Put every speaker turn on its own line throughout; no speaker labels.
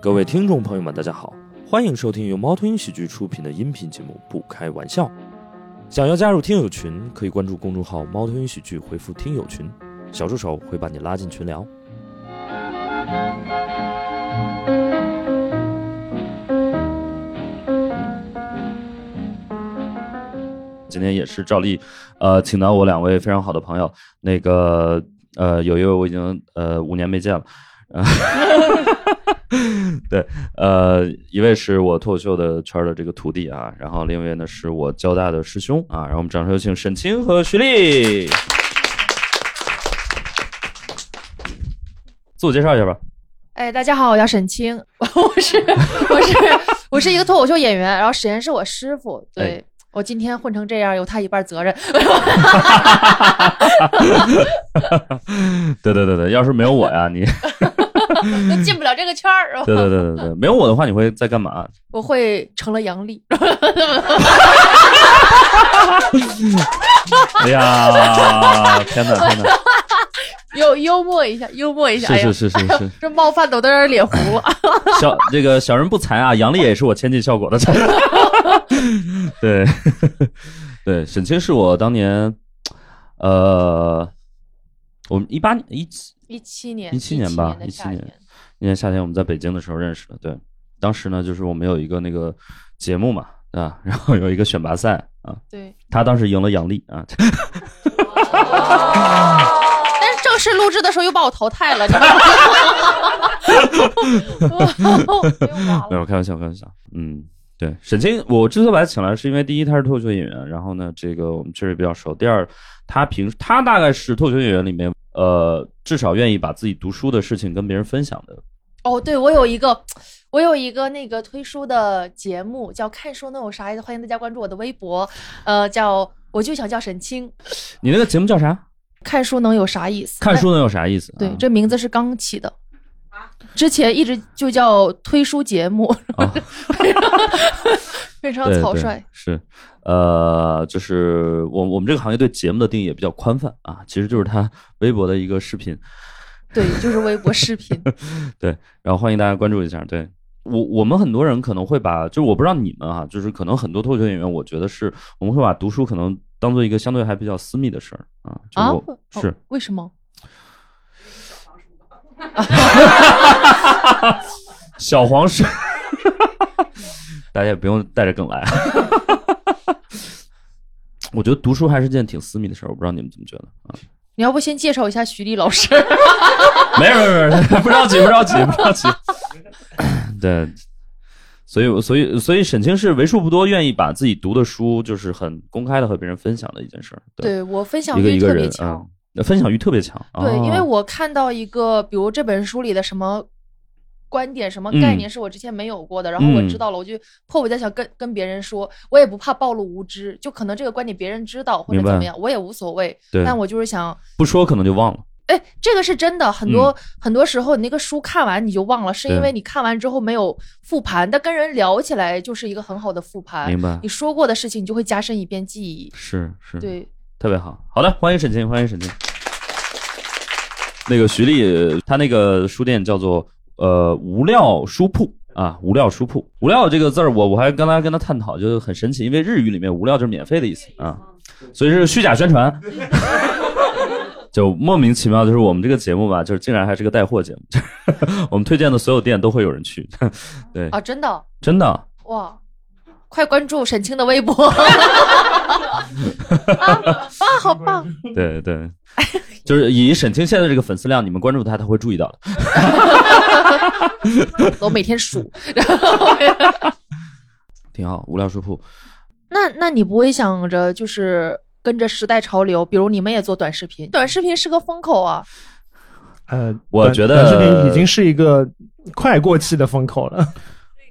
各位听众朋友们，大家好，欢迎收听由猫头鹰喜剧出品的音频节目《不开玩笑》。想要加入听友群，可以关注公众号“猫头鹰喜剧”，回复“听友群”，小助手会把你拉进群聊。今天也是照例，呃，请到我两位非常好的朋友，那个呃，有一位我已经呃五年没见了，啊、对，呃，一位是我脱口秀的圈儿的这个徒弟啊，然后另一位呢是我交大的师兄啊，然后我们掌声有请沈清和徐丽。自我介绍一下吧。
哎，大家好，我叫沈清， 我是我是我是一个脱口秀演员，然后沈岩是我师傅，对、
哎
我今天混成这样，有他一半责任。
对对对对，要是没有我 呀，你
都进不了这个圈儿，是吧
嗯对对对对对，没有我的话，你会在干嘛？
我会成了杨笠，
哎呀，天哪天哪！
幽幽默一下，幽默一下，
是
哎呀，
是是是是，
这冒犯的我都有点脸糊了。
小这个小人不才啊，杨丽也是我千金效果的。对 对，沈清是我当年，呃，我们一八一七
一七年，
17年吧
的夏
17年年夏天我们在北京的时候认识的。对，当时呢就是我们有一个那个节目嘛啊，然后有一个选拔赛啊，
对。
他当时赢了杨丽啊，
但是正式录制的时候又把我淘汰了，你知 道吗？ 哇
没有，开玩笑，开玩笑。嗯，对，沈清，我之所以把他请来，是因为第一他是脱口秀演员，然后呢，这个我们确实比较熟。第二，他平时他大概是脱口秀演员里面，呃，至少愿意把自己读书的事情跟别人分享的。
哦，对，我有一个，我有一个那个推书的节目叫《看书能有啥意思》，欢迎大家关注我的微博，呃，叫我就想叫沈清，
你那个节目叫啥？
看书能有啥意思？
看书能有啥意思？
哎对
啊，
这名字是刚起的。之前一直就叫推书节目，
啊
变成
对
了草
对
率。
是，呃，就是我我们这个行业对节目的定义也比较宽泛啊，其实就是他微博的一个视频。
对，就是微博视 频。
然后欢迎大家关注一下。对我，我们很多人可能会把，就是我不知道你们啊，就是可能很多脱口秀演员，我觉得是我们会把读书可能当做一个相对还比较私密的事儿啊。就
啊
我是、
哦为什么？
小黄是， 大家也不用带着梗来。啊 我觉得读书还是件挺私密的事儿，我不知道你们怎么觉得啊？
你要不先介绍一下徐丽 老师？
没有没有没有，不着 急不着急不着急。 对，所以所以所以沈清是为数不多愿意把自己读的书就是很公开的和别人分享的一件事儿。
对我分享
一个
欲
一个
特别
人
强。
啊，那分享欲特别强。
对，因为
哦
我看到一个，比如这本书里的什么观点、什么概念是我之前没有过的，然后我
嗯
知道了，我就迫不及待想跟跟别人说，我也不怕暴露无知，就可能这个观点别人知道或者
明白
怎么样，我也无所谓。
对
但我就是想，
不说可能就忘了。
哎，这个是真的，很多、很多时候你那个书看完你就忘了，
嗯
是
对
因为你看完之后没有复盘，但跟人聊起来就是一个很好的复盘
明，白
呃你，说过的事情你就会加深一遍记忆。
是是，，
对，
特别好。好的，欢迎沈清，欢迎沈清。那个徐丽，她那个书店叫做呃无料书铺啊，无料书铺。无料这个字儿，我我还刚才跟她探讨，就是很神奇，因为日语里面无料就是免费的意思啊，所以是虚假宣传。 就莫名其妙，就是我们这个节目吧，就是竟然还是个带货节目， 我们推荐的所有店都会有人去， 对，
啊，真的
真的。
哇！快关注沈清的微博啊啊，好棒！
对对，就是以沈清现在这个粉丝量，你们关注他，他会注意到的。
我每天数。
挺好，无聊书铺。
那那你不会想着就是跟着时代潮流，比如你们也做短视频，短视频是个风口啊。
呃，
我
短
觉得
短视频已经是一个快过气的风口了。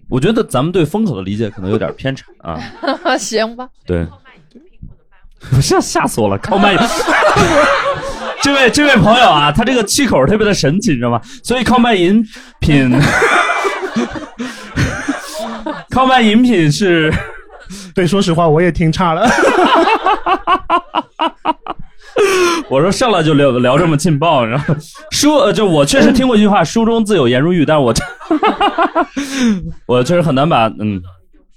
我觉得咱们对风口的理解可能有点偏差啊。
行吧，
对，不是吓死我了，靠卖。这位这位朋友啊，他这个气口特别的神奇，你知道吗？所以靠卖饮品，靠卖饮品是
对，说实话，我也听差了。
我说上来就聊聊这么劲爆，然后书呃就我确实听过一句话，书中自有颜如玉，但是我 我确实很难把嗯，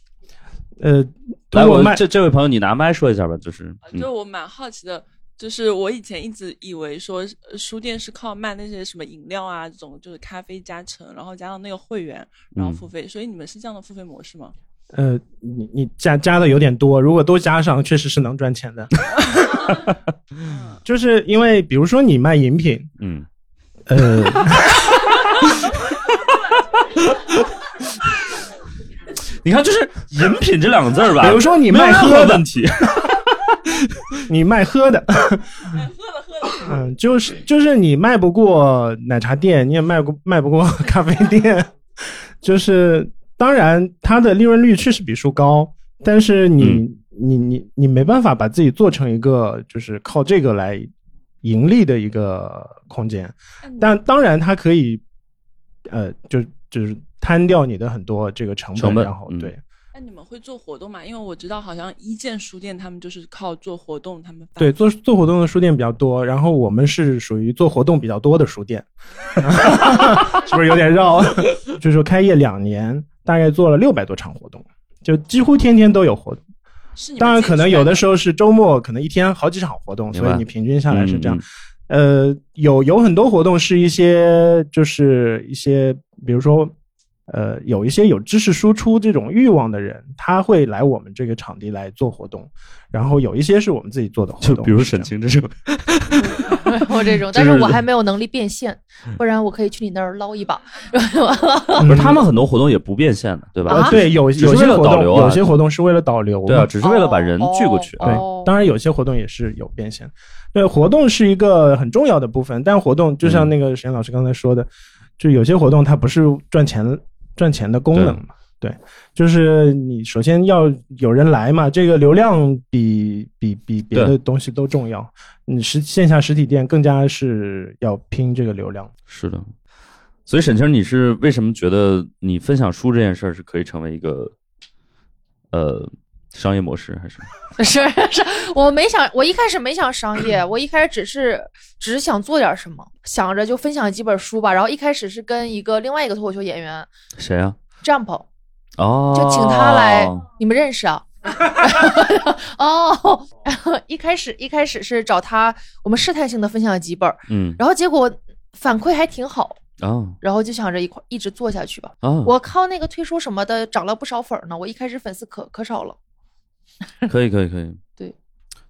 呃，
来
我
我
卖
这这位朋友你拿麦说一下吧，就是嗯
就我蛮好奇的，就是我以前一直以为说呃书店是靠卖那些什么饮料啊这种，就是咖啡加成，然后加上那个会员，然后
嗯
付费。所以你们是这样的付费模 式吗？
呃，你你加加的有点多，如果都加上，确实是能赚钱的。 就是因为比如说你卖饮品，
嗯，
呃，
你看就是饮品这两个字儿吧，
比如说你
没
卖
有
喝
任何
的
问，题，
你卖喝的，
哎
嗯，就是就是你卖不过奶茶店，你也卖不卖不过 咖啡店， 就是当然它的利润率确实比书高，但是你、
嗯
你你你没办法把自己做成一个就是靠这个来盈利的一个空间，但当然它可以，呃，就就是摊掉你的很多这个成本，
成本
然后
嗯
对。
那你们会做活动吗？因为我知道好像一建书店他们就是靠做活动，他们发
对，做做活动的书店比较多，然后我们是属于做活动比较多的书店， 是不是有点绕？ 就是说开业两年，大概做了六百多场活动，就几乎天天都有活动。
是你们
当然，
自己
可能
出来
有的
的
时候是周末，可能一天好几场活动，
明
所以
白
你平均下来是这样
嗯。
呃，有有很多活动是一些就是一些，比如说，呃，有一些有知识输出这种欲望的人，他会来我们这个场地来做活动，然后有一些是我们自己做的活
就
动，
比如
是这
沈清
样
这种，
我这种，但是我还没有能力变现，不然我可以去你那儿捞一把。
不是他们很多活动也不变现的，对吧？
呃，嗯对，有
嗯只是
有些
为了
活
导
动，
流啊
有些活动是为了导流嘛，
对啊，只是为了把人聚过去
哦
啊。
哦
对，当然有些活动也是有变现。对，活动是一个很重要的部分，但活动就像那个沈老师刚才说的，就有些活动它不是赚钱赚钱的功能嘛。对，就是你首先要有人来嘛，这个流量比比比别的
对
东西都重要。你实线下实体店更加是要拼这个流量。
是的，所以沈清，你是为什么觉得你分享书这件事儿是可以成为一个呃商业模式，还是
是是，我没想，我一开始没想商业，我一开始只是只是想做点什么，想着就分享几本书吧。然后一开始是跟一个另外一个脱口秀演员
谁啊？
Jump，
哦，
就请他来，你们认 识啊？哦，一开始一开始是找他，我们试探性的分享了几本儿，
嗯，
然后结果反馈还挺好，
哦
然后就想着一块一直做下去吧。
哦，
我靠，那个推书什么的涨了不少粉儿呢，我一开始粉丝可可少了。
可以可以可以，
对，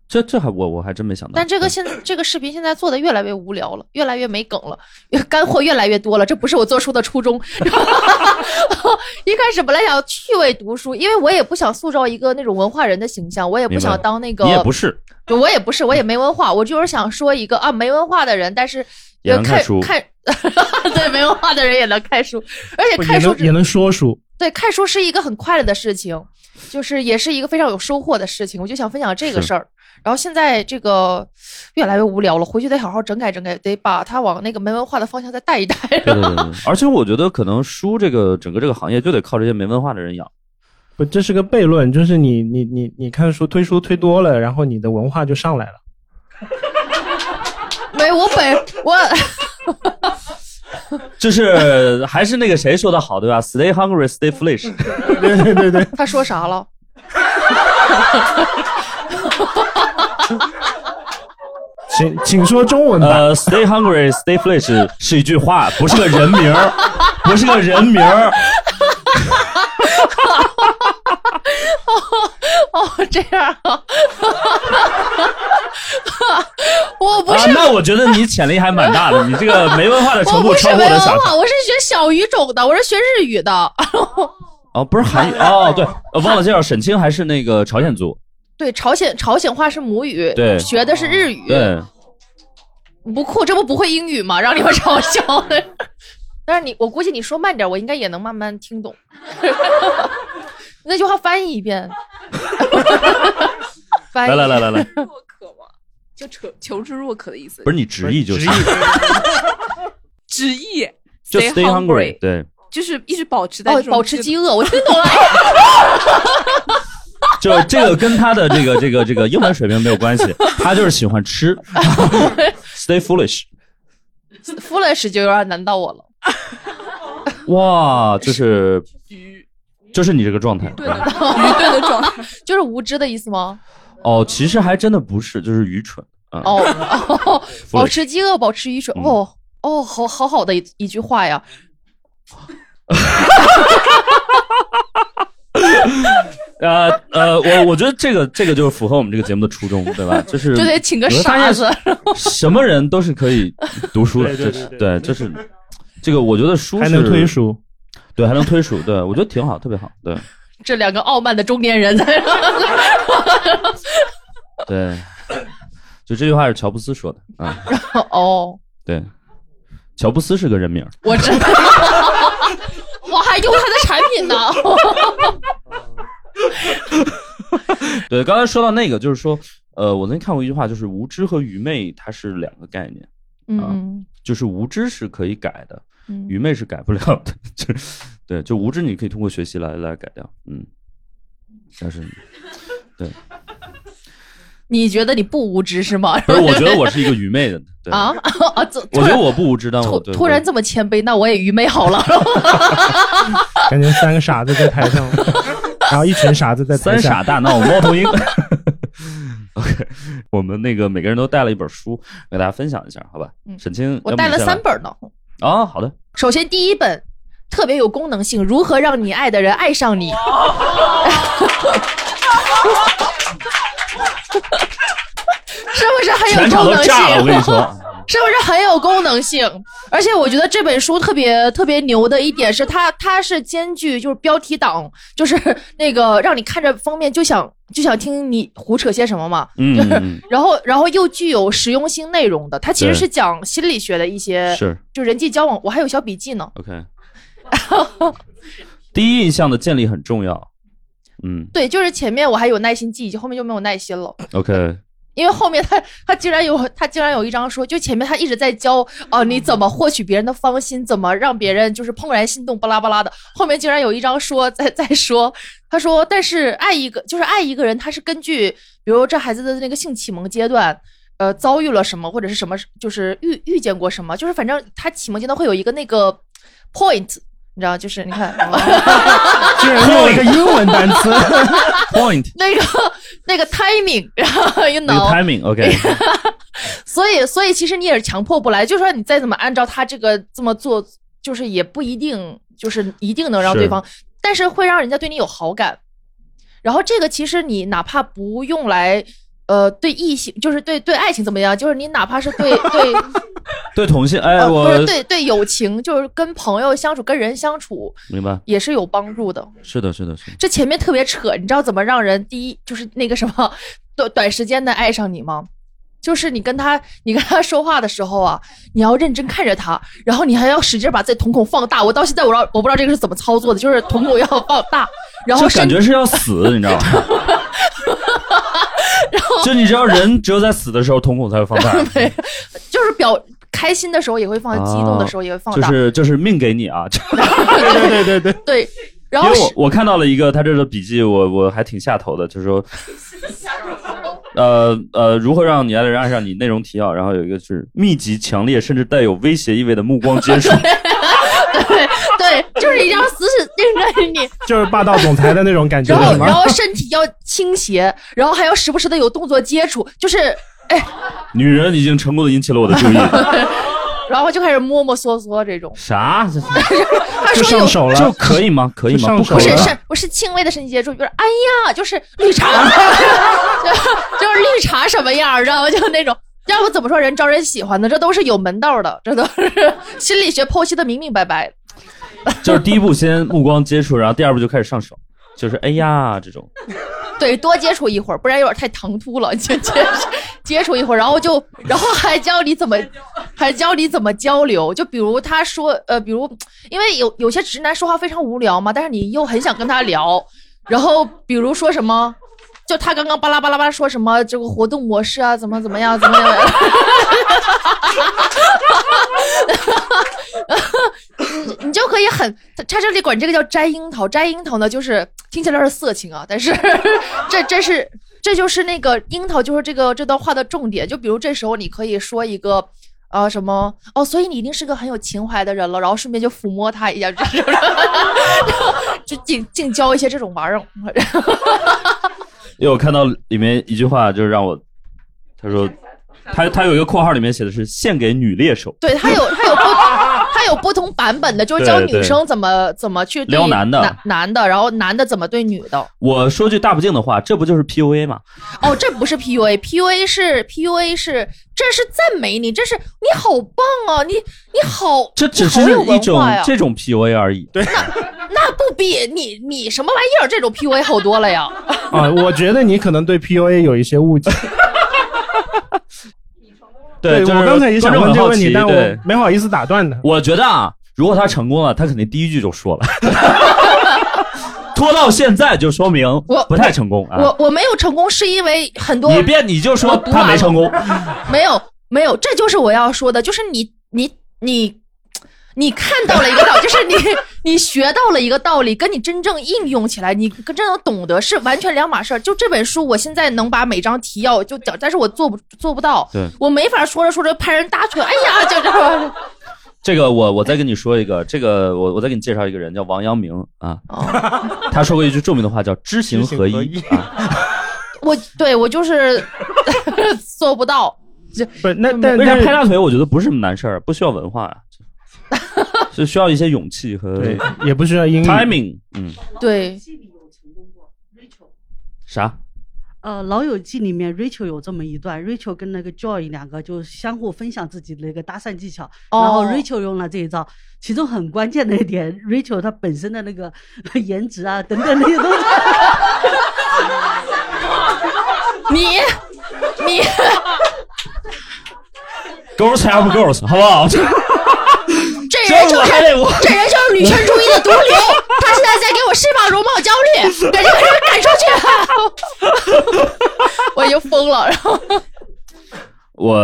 这这还我我还真没想到，
但这
嗯
个
对
现这个视频现在做的越来越无聊了，越来越没梗了，越干货越来越多了。这不是我做书的初衷。 一开始本来想要趣味读书，因为我也不想塑造一个那种文化人的形象，我也不
明白
想当那个，
你也不是，
就我也不是，我也没文化，我就是想说一个啊没文化的人，但是
也能
看
看书
对没文化的人也能看书，而且
不
看
也
书
能
只
也能说书，
对，看书是一个很快乐的事情，就是也是一个非常有收获的事情。我就想分享这个
是
事儿。然后现在这个越来越无聊了，回去得好好整改整改，得把它往那个没文化的方向再带一带。
对对对对，而且我觉得可能书这个整个这个行业就得靠这些没文化的人养，
不，这是个悖论，就是你你你你看书推书推多了，然后你的文化就上来了。
没，我本我
就是还是那个谁说的好，对吧？Stay hungry, stay foolish。
对对对对，
他说啥了？
请请说中文吧。
呃，Stay hungry, stay foolish 是一句话，不是个人名儿，不是个人名儿。
哦，这样啊， 我不
啊
是、，
那我觉得你潜力还蛮大的，你这个没文化的
我
程度
不是
超过
没
我的
文
想
化，
象。
我是学小语种的，我是学日语的。
哦，不是韩语哦，对，呃忘了介绍，沈清还是那个朝鲜族，
对，朝鲜朝鲜话是母语，
对
学的是日语。
对，
不酷，这不不会英语吗？让你们嘲笑。 但是你，我估计你说慢点，我应该也能慢慢听懂。 那句话翻译一遍。 翻译哎
来来来来来，
若渴嘛，就求求之若渴的意思，
不是你直译就是
直译
直译
就
stay
stay hungry，对，
就是一直保持在
哦
这，种
保持
阶
饥饿，我听懂了。
就这个跟他的这个这个这个英文水平没有关系，他就是喜欢吃，stay foolish。
，foolish 就有点难到我了。
哇，就是就是你这个状态。
愚钝的状 态，就是无知的意思吗？
哦，其实还真的不是，就是愚蠢。嗯、
哦，哦
Foolish
保持饥饿，保持愚
嗯
蠢。哦哦，好好好的一一句话呀。
呃呃，我我觉得这个这个就是符合我们这个节目的初衷，对吧？就是
就得请个
你会发
傻
现
子
什么人都是可以读书的，
对对
这是
对
对，这是这个，我觉得书
还能
是
推书，
对，还能推书，对我觉得挺好，特别好，对
这两个傲慢的中 年人在这儿
对，就这句话是乔布斯说的啊，
哦，
对，乔布斯是个人名儿，
我知 道，我还用他的产品呢。
对，刚才说到那个，就是说，呃，我曾经看过一句话，就是无知和愚昧它是两个概念，
嗯
就是无知是可以改的，
嗯
愚昧是改不了的， 就对，就无知你可以通过学习来来改掉，嗯，但是对，
你觉得你不无知是吗？
不是，我觉得我是一个愚昧的，对
啊， 啊！突
我觉得我不无知，但
突
我对
突然这么谦卑，那我也愚昧好了。
感觉三个傻子在台上，然后一群傻子在台
三
下
傻，大闹猫头鹰。OK，我们那个每个人都带了一本书，给大家分享一下，好吧？
嗯
沈清，
我
要不
带
你
了
先
三
来
本呢。
啊，好的，
首先第一本特别有功能性，如何让你爱的人爱上 你？ 是不是很
全
有
场
功
都
能性？
炸了，我跟你说。
是不是很有功能性？而且我觉得这本书特别特别牛的一点是它，它是兼具就是标题党，就是那个让你看着封面就想就想听你胡扯些什么嘛，
嗯
就是
嗯
然后然后又具有实用性内容的，它其实
对
是讲心理学的一些，
嗯 是
就人际交往，我还有小笔记呢。
OK，第一印象的建立很重要。嗯
对，就是前面我还有耐心记忆，后面就没有耐心了。
，OK，
因为后面他他竟然有他竟然有一章说，就前面他一直在教啊、呃你怎么获取别人的芳心，怎么让别人就是怦然心动，巴拉巴拉的。后面竟然有一章说在 在说，他说但是爱一个就是爱一个人，他是根据比如这孩子的那个性启蒙阶段。呃，遭遇了什么，或者是什么，就是遇遇见过什么，就是反正他启蒙阶段会有一个那个 point，你知道，就是你看，
居然用了一个英文单词，
point
那个那个 timing，然后 you
那
know，
个 timing OK，
所以，所以其实你也是强迫不来，就说你再怎么按照他这个这么做，就是也不一定就是一定能让
是
对方，但是会让人家对你有好感。然后这个其实你哪怕不用来，呃，对异性就是对对爱情怎么样，就是你哪怕是对对
对同性，哎，
呃不
我
是对对友情，就是跟朋友相处、跟人相处
明白，
也是有帮助的。
是的，是的，是的，
这前面特别扯，你知道怎么让人第一就是那个什么短短时间的爱上你吗？就是你跟他你跟他说话的时候啊，你要认真看着他，然后你还要使劲把自己瞳孔放大。我到现在我知道我不知道这个是怎么操作的，就是瞳孔要放大，然后
就感
身
觉是要死，你知 道吗？就你知道，人只有在死的时候，瞳孔才会放 大，
就是表开心的时候也会放大，激动的时候也会放
啊就
大，
是就是命给你 啊！就
对对对对，
对。然
因
后
为
是
我我看到了一个他这个笔记，我我还挺下头的，就是说，呃呃，如何让你爱的人爱上你内容提要，然后有一个是密集、强烈甚至带有威胁意味的目光接 触，
对对，就是一定要死死盯 着你，
就是霸道总裁的那种感觉
然，后
是
然
吗？
后身体要倾斜，然后还要时不时的有动作接触，就是
女人已经成功的引起了我的注 意。
然后就开始摸摸索索这种。
啥？这
他说
就上
有
手了，
就可以吗？可以吗？
上
不
手
可
不
以
是
了
吧。
是不是轻微的身体接触，就是哎呀， 就是绿茶，就是绿茶什么样儿，知道吗？就那种。要不怎么说人招人喜欢呢？这都是有门道的，这都是心理学剖析的明明白白。
就是第一步先目光接触，然后第二步就开始上手，就是哎呀这种。
对，多接触一会儿，不然有点太唐突了。接接接触一会儿，然后就，然后还教你怎么，还教你怎么交流。就比如他说，呃，比如因为有有些直男说话非常无聊嘛，但是你又很想跟他聊，然后比如说什么。就他刚刚巴拉巴拉巴拉说什么这个活动模式啊，怎么怎么样，怎么样？你就可以很，他他这里管这个叫摘樱桃，摘樱桃呢，就是听起来有点色情啊，但是这这是这就是那个樱桃，就是这个这段话的重点。就比如这时候你可以说一个。呃，什么？哦，所以你一定是个很有情怀的人了，然后顺便就抚摸他一下，就是不是就净净教一些这种玩意儿。
因为我看到里面一句话，就是让我，他说，他他有一个括号里面写的是献给女猎手，
对他有他有不他有不同版本的，就是教
对对
女生怎么怎么去对
撩男的
男男的，然后男的怎么对女的。
我说句大不敬的话，这不就是 PUA 吗？
哦，这不是 PUA，PUA 是 PUA 是这是赞美你，这是你好棒哦，你你好，
这只是
你好有
一
文
种
化呀。
这种 PUA 而已。对，
那不比你你什么玩意儿这种 PUA 好多了呀。
啊，我觉得你可能对 PUA 有一些误解。
对，就是
我刚才也想问这个问题，
观
但
众很好奇对
我没好意思打断他。
我觉得啊，如果他成功了，他肯定第一句就说了， 拖到现在就说明
我
不太成功啊。
我我没有成功是因为很多
你别你就说
我读完
他没成功，
没有没有，这就是我要说的，就是你你你你看到了一个道理，就是你你学到了一个道理，跟你真正应用起来，你跟真正懂得是完全两码事儿。就这本书，我现在能把每章提要就讲，但是我做不做不到，
对
我没法说着说着拍人大腿，哎呀，就这样。
这个我我再跟你说一个，这个我我再给你介绍一个人叫王阳明啊，
哦
他说过一句著名的话叫知行合
知
一
行
啊，
我对我就是做不到，
不，那但
嗯为啥
但
拍
是
大腿？我觉得不是什么难事儿，不需要文化呀、啊， 是需要一些勇气和
对，也不需要英语。
timing，嗯，
对
啥？
呃，《老友记》里面 Rachel 有这么一段，Rachel 跟那个 Joy 两个就相互分享自己的一个搭讪技巧，然后
哦
Rachel 用了这一招，其中很关键的一点，Rachel 她本身的那个 颜值啊等等那些东西，
你你
Girls have girls，好不 好？
这
这
人就
我
是
还得我
这人就是女权主义的毒瘤，他现在在给我释放容貌焦虑，给这个人赶出去，啊 我已经疯了。然后，
我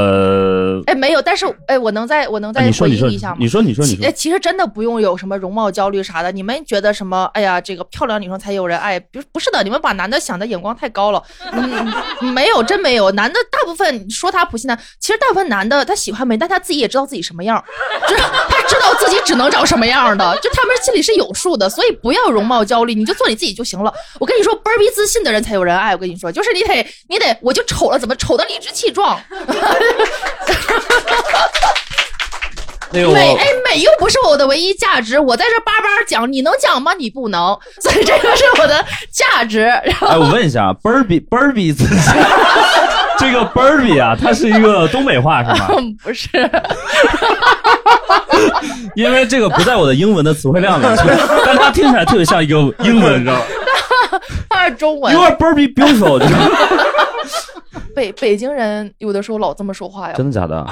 哎，没有，但是哎，我能再我能
哎
再
你说
回
你说
应一下吗？
你说你说你
其哎，
说，
其实真的不用有什么容貌焦虑啥的。你们觉得什么？哎呀，这个漂亮女生才有人爱，不不是的，你们把男的想的眼光太高了。嗯，没有，真没有。男的大部分说他普信男，其实大部分男的他喜欢美，但他自己也知道自己什么样儿，就是 他知道自己只能找什么样儿的，就他们心里是有数的。所以不要容貌焦虑，你就做你自己就行了。我跟你说，倍儿逼自信的人才有人爱。我跟你说，就是你得你得，我就丑了，怎么丑的理直气壮？
那个
美
我
哎，美又不是我的唯一价值，我在这叭叭讲，你能讲吗？你不能，所以这个是我的价值。然后
哎，我问一下啊，b r b i b r b i 自己，这个 b r b i 啊，它是一个东北话是 吗？
不是，
因为这个不在我的英文的词汇量里， 但它听起来特别像一个英文，你知道吗
它是中文
？You。are b r b i beautiful，你知道吗
北北京人有的时候老这么说话呀。
真的假的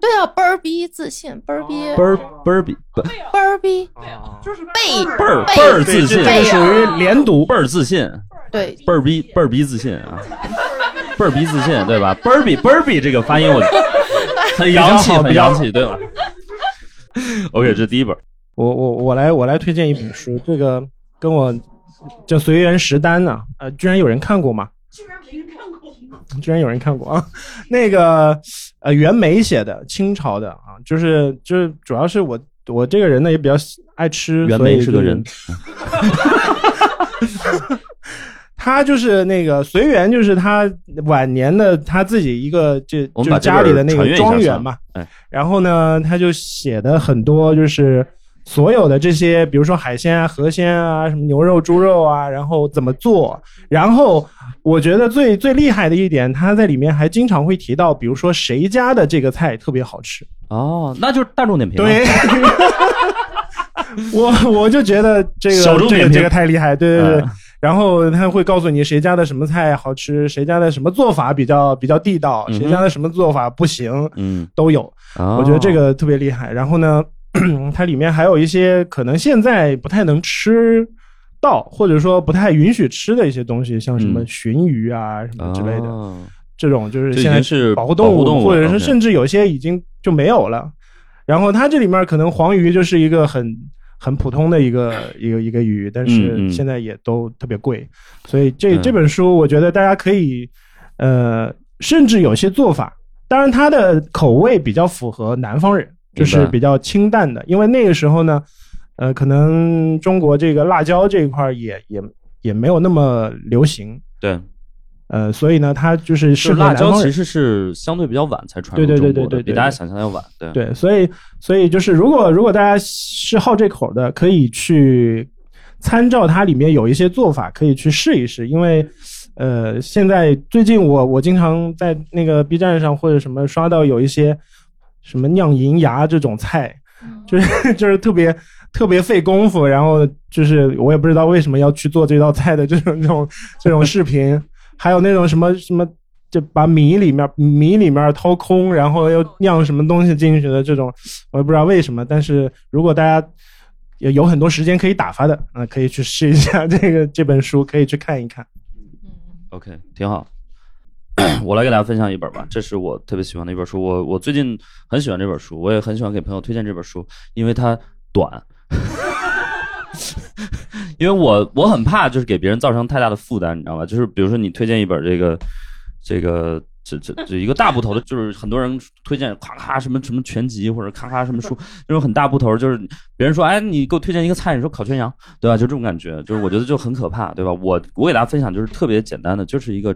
对啊，倍儿逼自信，倍儿逼
倍儿倍儿比倍
倍儿逼，
哦
背
倍儿倍儿自信，
这
背
个属于连读。
倍儿自信，
对
倍儿逼倍儿逼自信啊，倍儿逼自信对吧？倍儿比倍儿比这个发音 我很洋气，
比较
很
好
洋气对吧？OK，这是第一本，
我我我来我来推荐一本书，这个跟我叫《随缘食单》呢，呃，居然有人看过吗？ 居然有人看过啊！那个呃，袁枚写的，清朝的啊，就是就是，主要是我我这个人呢也比较喜爱吃，
袁
所以
枚是
就
个人，
他就是那个随缘，就是他晚年的他自己一个就
我们
就
把
是
这
家里的那
本儿传阅
个庄
一下
园嘛
是吧哎。
然后呢，他就写的很多，就是所有的这些，比如说海鲜啊、河鲜啊、什么牛肉、猪肉啊，然后怎么做。然后我觉得最最厉害的一点，他在里面还经常会提到，比如说谁家的这个菜特别好吃。
哦，那就是大众点评啊。
对， 我我就觉得这个
小众
这
点
个
评
这个太厉害，对对对。
嗯
然后他会告诉你谁家的什么菜好吃，谁家的什么做法比较比较地道，
嗯哼
谁家的什么做法不行，
嗯，
都有。
哦
我觉得这个特别厉害。然后呢，它里面还有一些可能现在不太能吃到，或者说不太允许吃的一些东西，像什么
嗯
鲟鱼啊、什么之类的。
哦
这种就是
这已
现在
经是
保护动
保护动物了
或者是
OK
甚至有些已经就没有了。然后它这里面可能黄鱼就是一个很很普通的一个一个一个鱼，但
嗯
是
嗯
现在也都特别贵，所以这
嗯
这本书我觉得大家可以，呃，甚至有些做法，当然它的口味比较符合南方人，就是
明白
比较清淡的，因为那个时候呢，呃，可能中国这个辣椒这一块儿也也也没有那么流行，
对，
呃，所以呢，它就是适
是
合
辣
南
椒
方
其
人。
实是相对比较晚才传入
对
中
对
国的，
对对对对
比大家想象要晚。对，
对，所以所以就是，如果如果大家是好这口的，可以去参照它里面有一些做法，可以去试一试。因为呃，现在最近我我经常在那个 B 站上或者什么刷到有一些什么酿银芽这种菜， 就是就是特别特别费功夫，然后就是我也不知道为什么要去做这道菜的这种这种这种视频，还有那种什么什么。就把米里面米里面掏空，然后又酿什么东西进去的这种，我也不知道为什么。但是如果大家有有很多时间可以打发的，啊、可以去试一下这个这本书，可以去看一看。
OK，挺好。 我来给大家分享一本吧，这是我特别喜欢的一本书。我我最近很喜欢这本书，我也很喜欢给朋友推荐这本书，因为它短。 因为我我很怕就是给别人造成太大的负担，你知道吧？就是比如说你推荐一本这个这个这这这一个大部头的，就是很多人推荐咔咔什么什么全集或者咔咔什么书，那种很大部头，就是别人说哎你给我推荐一个菜，你说烤全羊，对吧？就这种感觉，就是我觉得就很可怕，对吧？我我给大家分享就是特别简单的，就是一个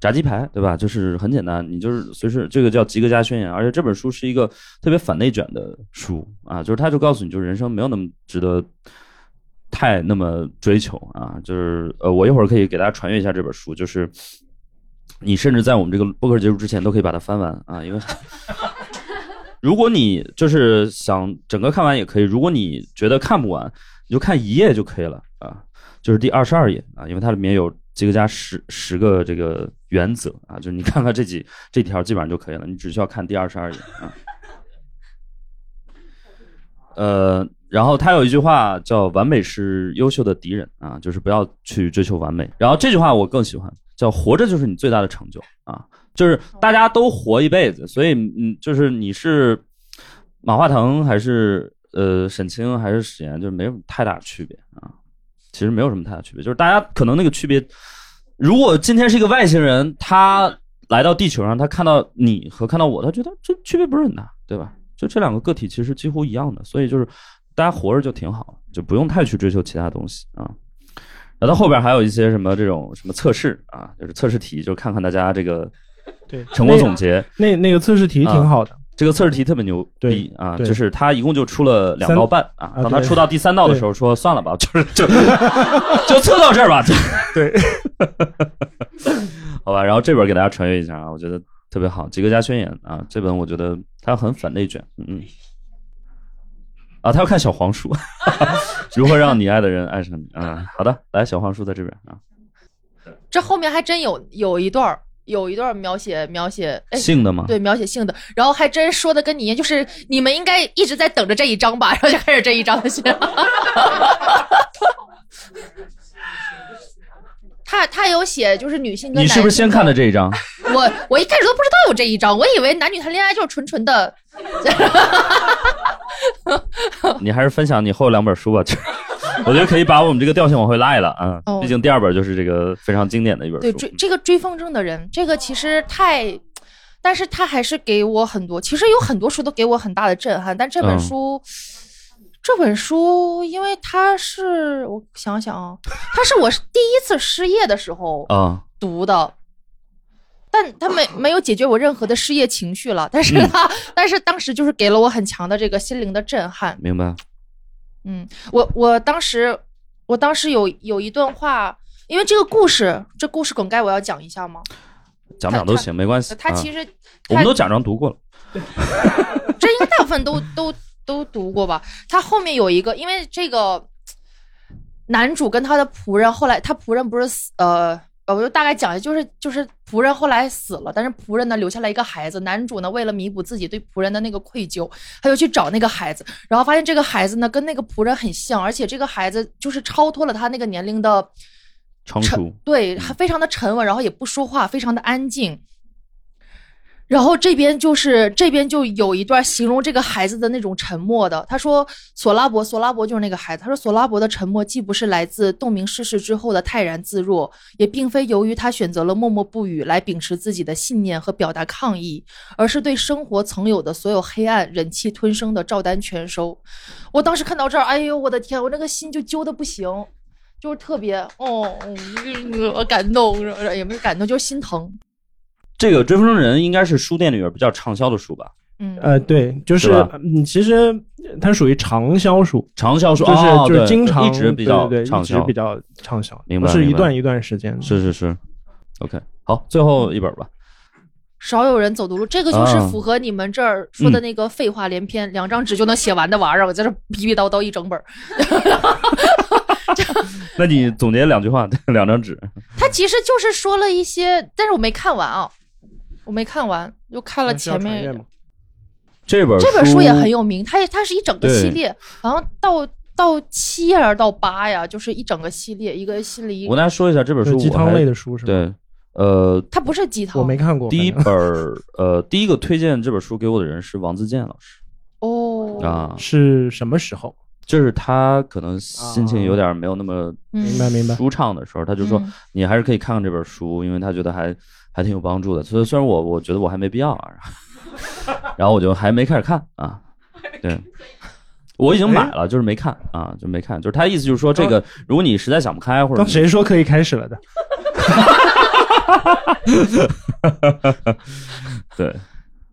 炸鸡排，对吧？就是很简单，你就是随时这个叫《及格加宣言》，而且这本书是一个特别反内卷的书啊，就是他就告诉你，就是人生没有那么值得太那么追求啊，就是呃，我一会儿可以给大家传阅一下这本书，就是你甚至在我们这个播客结束之前都可以把它翻完啊，因为如果你就是想整个看完也可以，如果你觉得看不完，你就看一页就可以了啊，就是第二十二页啊，因为它里面有几个加十十个这个原则啊，就是你看看这几这条基本上就可以了，你只需要看第二十二页啊。呃，然后他有一句话叫“完美是优秀的敌人”啊，就是不要去追求完美。然后这句话我更喜欢，叫“活着就是你最大的成就”啊，就是大家都活一辈子，所以嗯，就是你是马化腾还是呃沈清还是史岩，就是没有太大区别啊，其实没有什么太大区别，就是大家可能那个区别，如果今天是一个外星人，他来到地球上，他看到你和看到我，他觉得这区别不是很大，对吧？就这两个个体其实几乎一样的，所以就是大家活着就挺好，就不用太去追求其他东西啊。然后后边还有一些什么这种什么测试啊，就是测试题，就看看大家这个
对，
成果总啊结。
那那那个测试题挺好的，
这个测试题特别牛逼
对
啊！
对
就是他一共就出了两道半啊，
啊
当他
对
出到第三道的时候，说算了吧，就是 就就测到这儿吧，
对，
好吧。然后这本给大家传阅一下啊，我觉得特别好，《吉格加宣言》啊，这本我觉得它很反内卷，嗯嗯。啊，他要看小黄 书，如何让你爱的人爱上你啊？好的，来，小黄书在这边啊，
这后面还真有有一段儿有一段儿描写描写，哎，
性的吗？
对，描写性的，然后还真说的跟你一样，就是你们应该一直在等着这一章吧，然后就开始这一章的写。他他有写，就是女性跟
你
男
是不是先看的这一章？
我我一开始都不知道有这一章，我以为男女谈恋爱就是纯纯的。
你还是分享你后两本书吧， 就是我觉得可以把我们这个调性往回拉一拉啊。
哦
毕竟第二本就是这个非常经典的一本
对
书。
追这个追风筝的人，这个其实太，但是他还是给我很多，其实有很多书都给我很大的震撼，但这本
嗯
书。这本书，因为它是我想想啊，它是我第一次失业的时候
啊，
读的，但它没没有解决我任何的失业情绪了，但是
嗯
它、但是当时就是给了我很强的这个心灵的震撼，
明白。
嗯，我我当时我当时有有一段话，因为这个故事，这故事梗概我要讲一下吗？
讲不讲都行，没关系。
他其
啊、
实、
我们都假装读过了。
这应该大部分都都都读过吧？他后面有一个，因为这个男主跟他的仆人后来，他仆人不是死呃。呃，我就大概讲一下，就是就是仆人后来死了，但是仆人呢留下了一个孩子，男主呢为了弥补自己对仆人的那个愧疚，他就去找那个孩子，然后发现这个孩子呢跟那个仆人很像，而且这个孩子就是超脱了他那个年龄的
成
沉
熟，嗯
对，他非常的沉稳，然后也不说话，非常的安静。然后这边就是这边就有一段形容这个孩子的那种沉默的，他说索拉伯，索拉伯就是那个孩子，他说索拉伯的沉默既不是来自洞明世事之后的泰然自若，也并非由于他选择了默默不语来秉持自己的信念和表达抗议，而是对生活曾有的所有黑暗忍气吞声的照单全收。我当时看到这儿，哎呦我的天，我这个心就揪的不行。就是特别哦，嗯 我感动，也不是感动，就是心疼。
这个《追风筝人》应该是书店里边比较畅销的书吧？
嗯，
呃，对，就是
对吧
嗯，其实它属于长销书，
畅销书
就是、
哦
就是
对
经常
一直比较
对对对
畅
一直
销
比较畅销，
明
不
白
是一
明白
段一段时间的。
是是是，OK，好，最后一本吧。
少有人走读路，这个就是符合你们这儿说的那个废话连篇，两张纸就能写完的玩意儿。我在这逼逼叨叨一整本儿，
那你总结两句话， 两张纸。
他其实就是说了一些，但是我没看完啊，我没看完，就看了
那是要
前
传阅
面
吗。
这本
这本书也很有名，它它是一整个
对
系列，好像到到七呀到八呀，就是一整个系列，一个系列一
我跟大
个，
家说一下，这本
就是
书
鸡
我
汤
还
类的书是吧？
对，呃，
它不是鸡汤，
我没看过。
第一
反正
本儿呃，第一个推荐这本书给我的人是王自健老师
哦，
啊，
是什么时候？
就是他可能心情有点没有那么
嗯
明白明白。
舒畅的时候，他就说
嗯
你还是可以看看这本书，因为他觉得还还挺有帮助的。所以虽然我我觉得我还没必要啊， 然后然后我就还没开始看啊，对。我已经买了，就是没看啊，就没看。就是他意思就是说，
哦
这个如果你实在想不开或者
刚谁说可以开始了的？
对，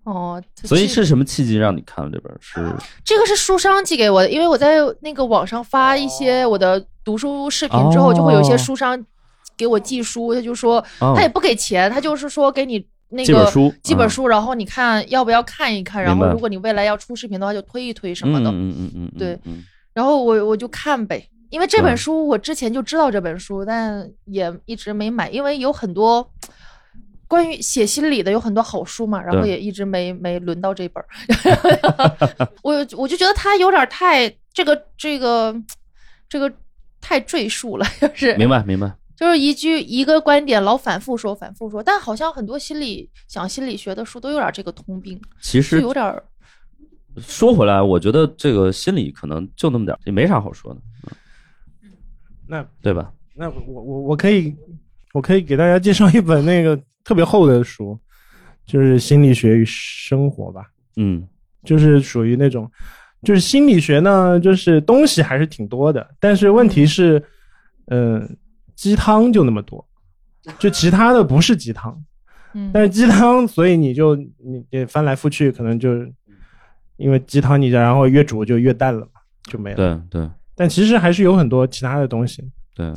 哦，它
所以
其
是什么契机让你看了这本？是
这个是书商寄给我的，因为我在那个网上发一些我的读书视频之后，
哦
就会有一些书商给我寄书，他就说
哦
他也不给钱，他就是说给你那个
这本书嗯
几本书，然后你看要不要看一看，然
明
后
白
如果你未来要出视频的话，就推一推什么
嗯
的。
嗯嗯嗯，嗯
对，
嗯
然后我我就看呗，因为这
对
本书我之前就知道这本书，但也一直没买，因为有很多。关于写心理的有很多好书嘛，然后
对
也一直没没轮到这本儿， 我我就觉得他有点太这个这个这个太赘述了，就是
明白明白。
就是一句一个观点老反复说反复说，但好像很多心理讲心理学的书都有点这个通病，
其
就
实
有点儿
说回来，我觉得这个心里可能就那么点儿，也没啥好说的，
那
对吧？
那我我我可以我可以给大家介绍一本那个特别厚的书，就是《心理学与生活》吧，
嗯，
就是属于那种，就是心理学呢，就是东西还是挺多的，但是问题是，嗯、鸡汤就那么多，就其他的不是鸡汤，
嗯
但是鸡汤，所以你就你你翻来覆去，可能就因为鸡汤你然后越煮就越淡了嘛，就没了。
对对
但其实还是有很多其他的东西，
对，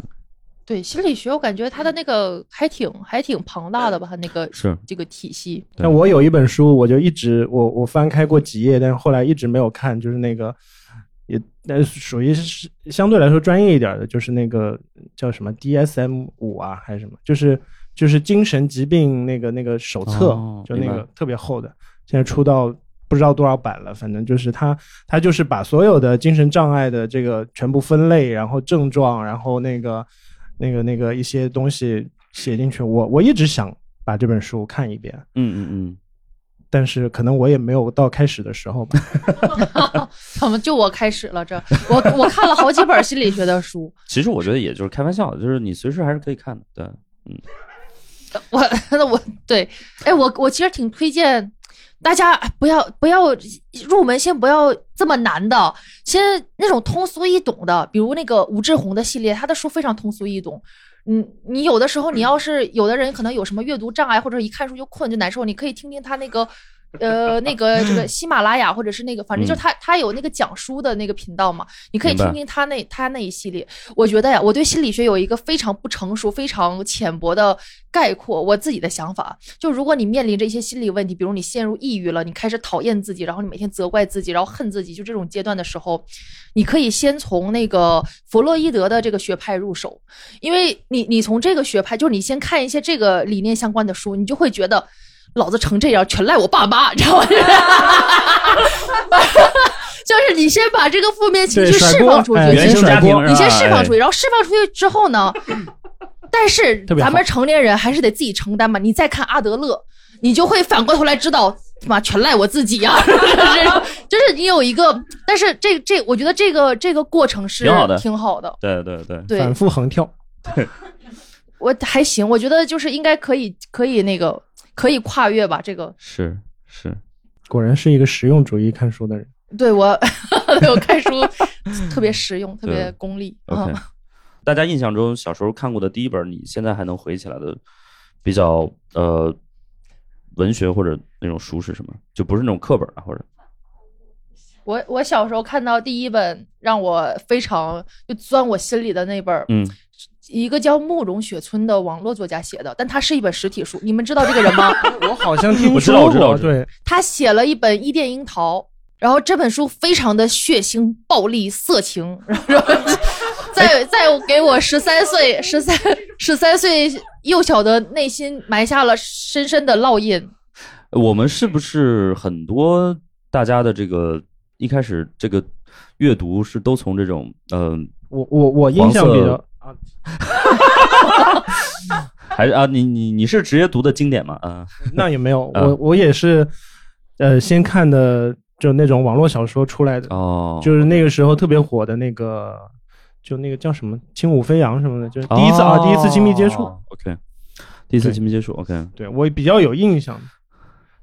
对心理学，我感觉它的那个还挺还挺庞大的吧，它那个
是
这个体系。
对
那我有一本书，我就一直我我翻开过几页，但是后来一直没有看，就是那个也那属于是相对来说专业一点的，就是那个叫什么 DSM 五啊还是什么，就是就是精神疾病那个那个手册，
哦
就那
明白
个特别厚的，现在出到不知道多少版了，反正就是它它就是把所有的精神障碍的这个全部分类，然后症状，然后那个那个那个一些东西写进去。我我一直想把这本书看一遍。
嗯嗯嗯，
但是可能我也没有到开始的时候 吧。
怎么就我开始了这？我我看了好几本心理学的书，
其实我觉得也就是开玩笑的，就是你随时还是可以看的，对，
我 那我对，哎，我我其实挺推荐大家哎不要不要入门，先不要这么难的，先那种通俗易懂的，比如那个吴志红的系列，他的书非常通俗易懂。嗯，你有的时候你要是有的人可能有什么阅读障碍，或者一看书就困就难受，你可以听听他那个。呃，那个这个喜马拉雅或者是那个，反正就
嗯
他他有那个讲书的那个频道嘛，你可以
明白
听听他那他那一系列。我觉得呀，我对心理学有一个非常不成熟、非常浅薄的概括，我自己的想法。就如果你面临着一些心理问题，比如你陷入抑郁了，你开始讨厌自己，然后你每天责怪自己，然后恨自己，就这种阶段的时候，你可以先从那个弗洛伊德的这个学派入手，因为你你从这个学派，就是你先看一些这个理念相关的书，你就会觉得。老子成这样，全赖我爸妈，你知道吗？ 就是你先把这个负面情
对，
绪
甩
释
锅
放，出去，
哎
原
先
生家庭
你先释放出去，
哎
然后释放出去之后呢，但是
特别好
咱们成年人还是得自己承担嘛。你再看阿德勒，你就会反过头来知道，妈全赖我自己呀、 就是就是你有一个，但是这这，我觉得这个这个过程是
挺好的，
挺好的，
对对对
对反
复横跳。
我还行，我觉得就是应该可以可以那个可以跨越吧，这个
是是，
果然是一个实用主义看书的人。
对我 对我 看书特别实用，特别
对
功利啊。
OK，大家印象中小时候看过的第一本，你现在还能回忆起来的比较呃文学或者那种书是什么？就不是那种课本啊，或者
我我小时候看到第一本让我非常就钻我心里的那本，
嗯，
一个叫慕容雪村的网络作家写的，但他是一本实体书。你们知道这个人
啊
吗？
我好像听
我知
说
道
过，
我知道我知道
对，
他写了一本《伊甸樱桃》，然后这本书非常的血腥、暴力、色情，然后 然后在在我给我十三岁、十三十三岁幼小的内心埋下了深深的烙印。
我们是不是很多大家的这个一开始这个阅读是都从这种嗯、
我我我印象比较啊
还是啊你你你是直接读的经典吗？ 啊，
那也没有，
啊
我我也是，呃，先看的就那种网络小说出来的，
哦，
就是那个时候特别火的那个，就那个叫什么《轻舞飞扬》什么的，就是第一次啊，第一次亲密接触，
哦，OK，第一次亲密接触，OK，
对我比较有印象。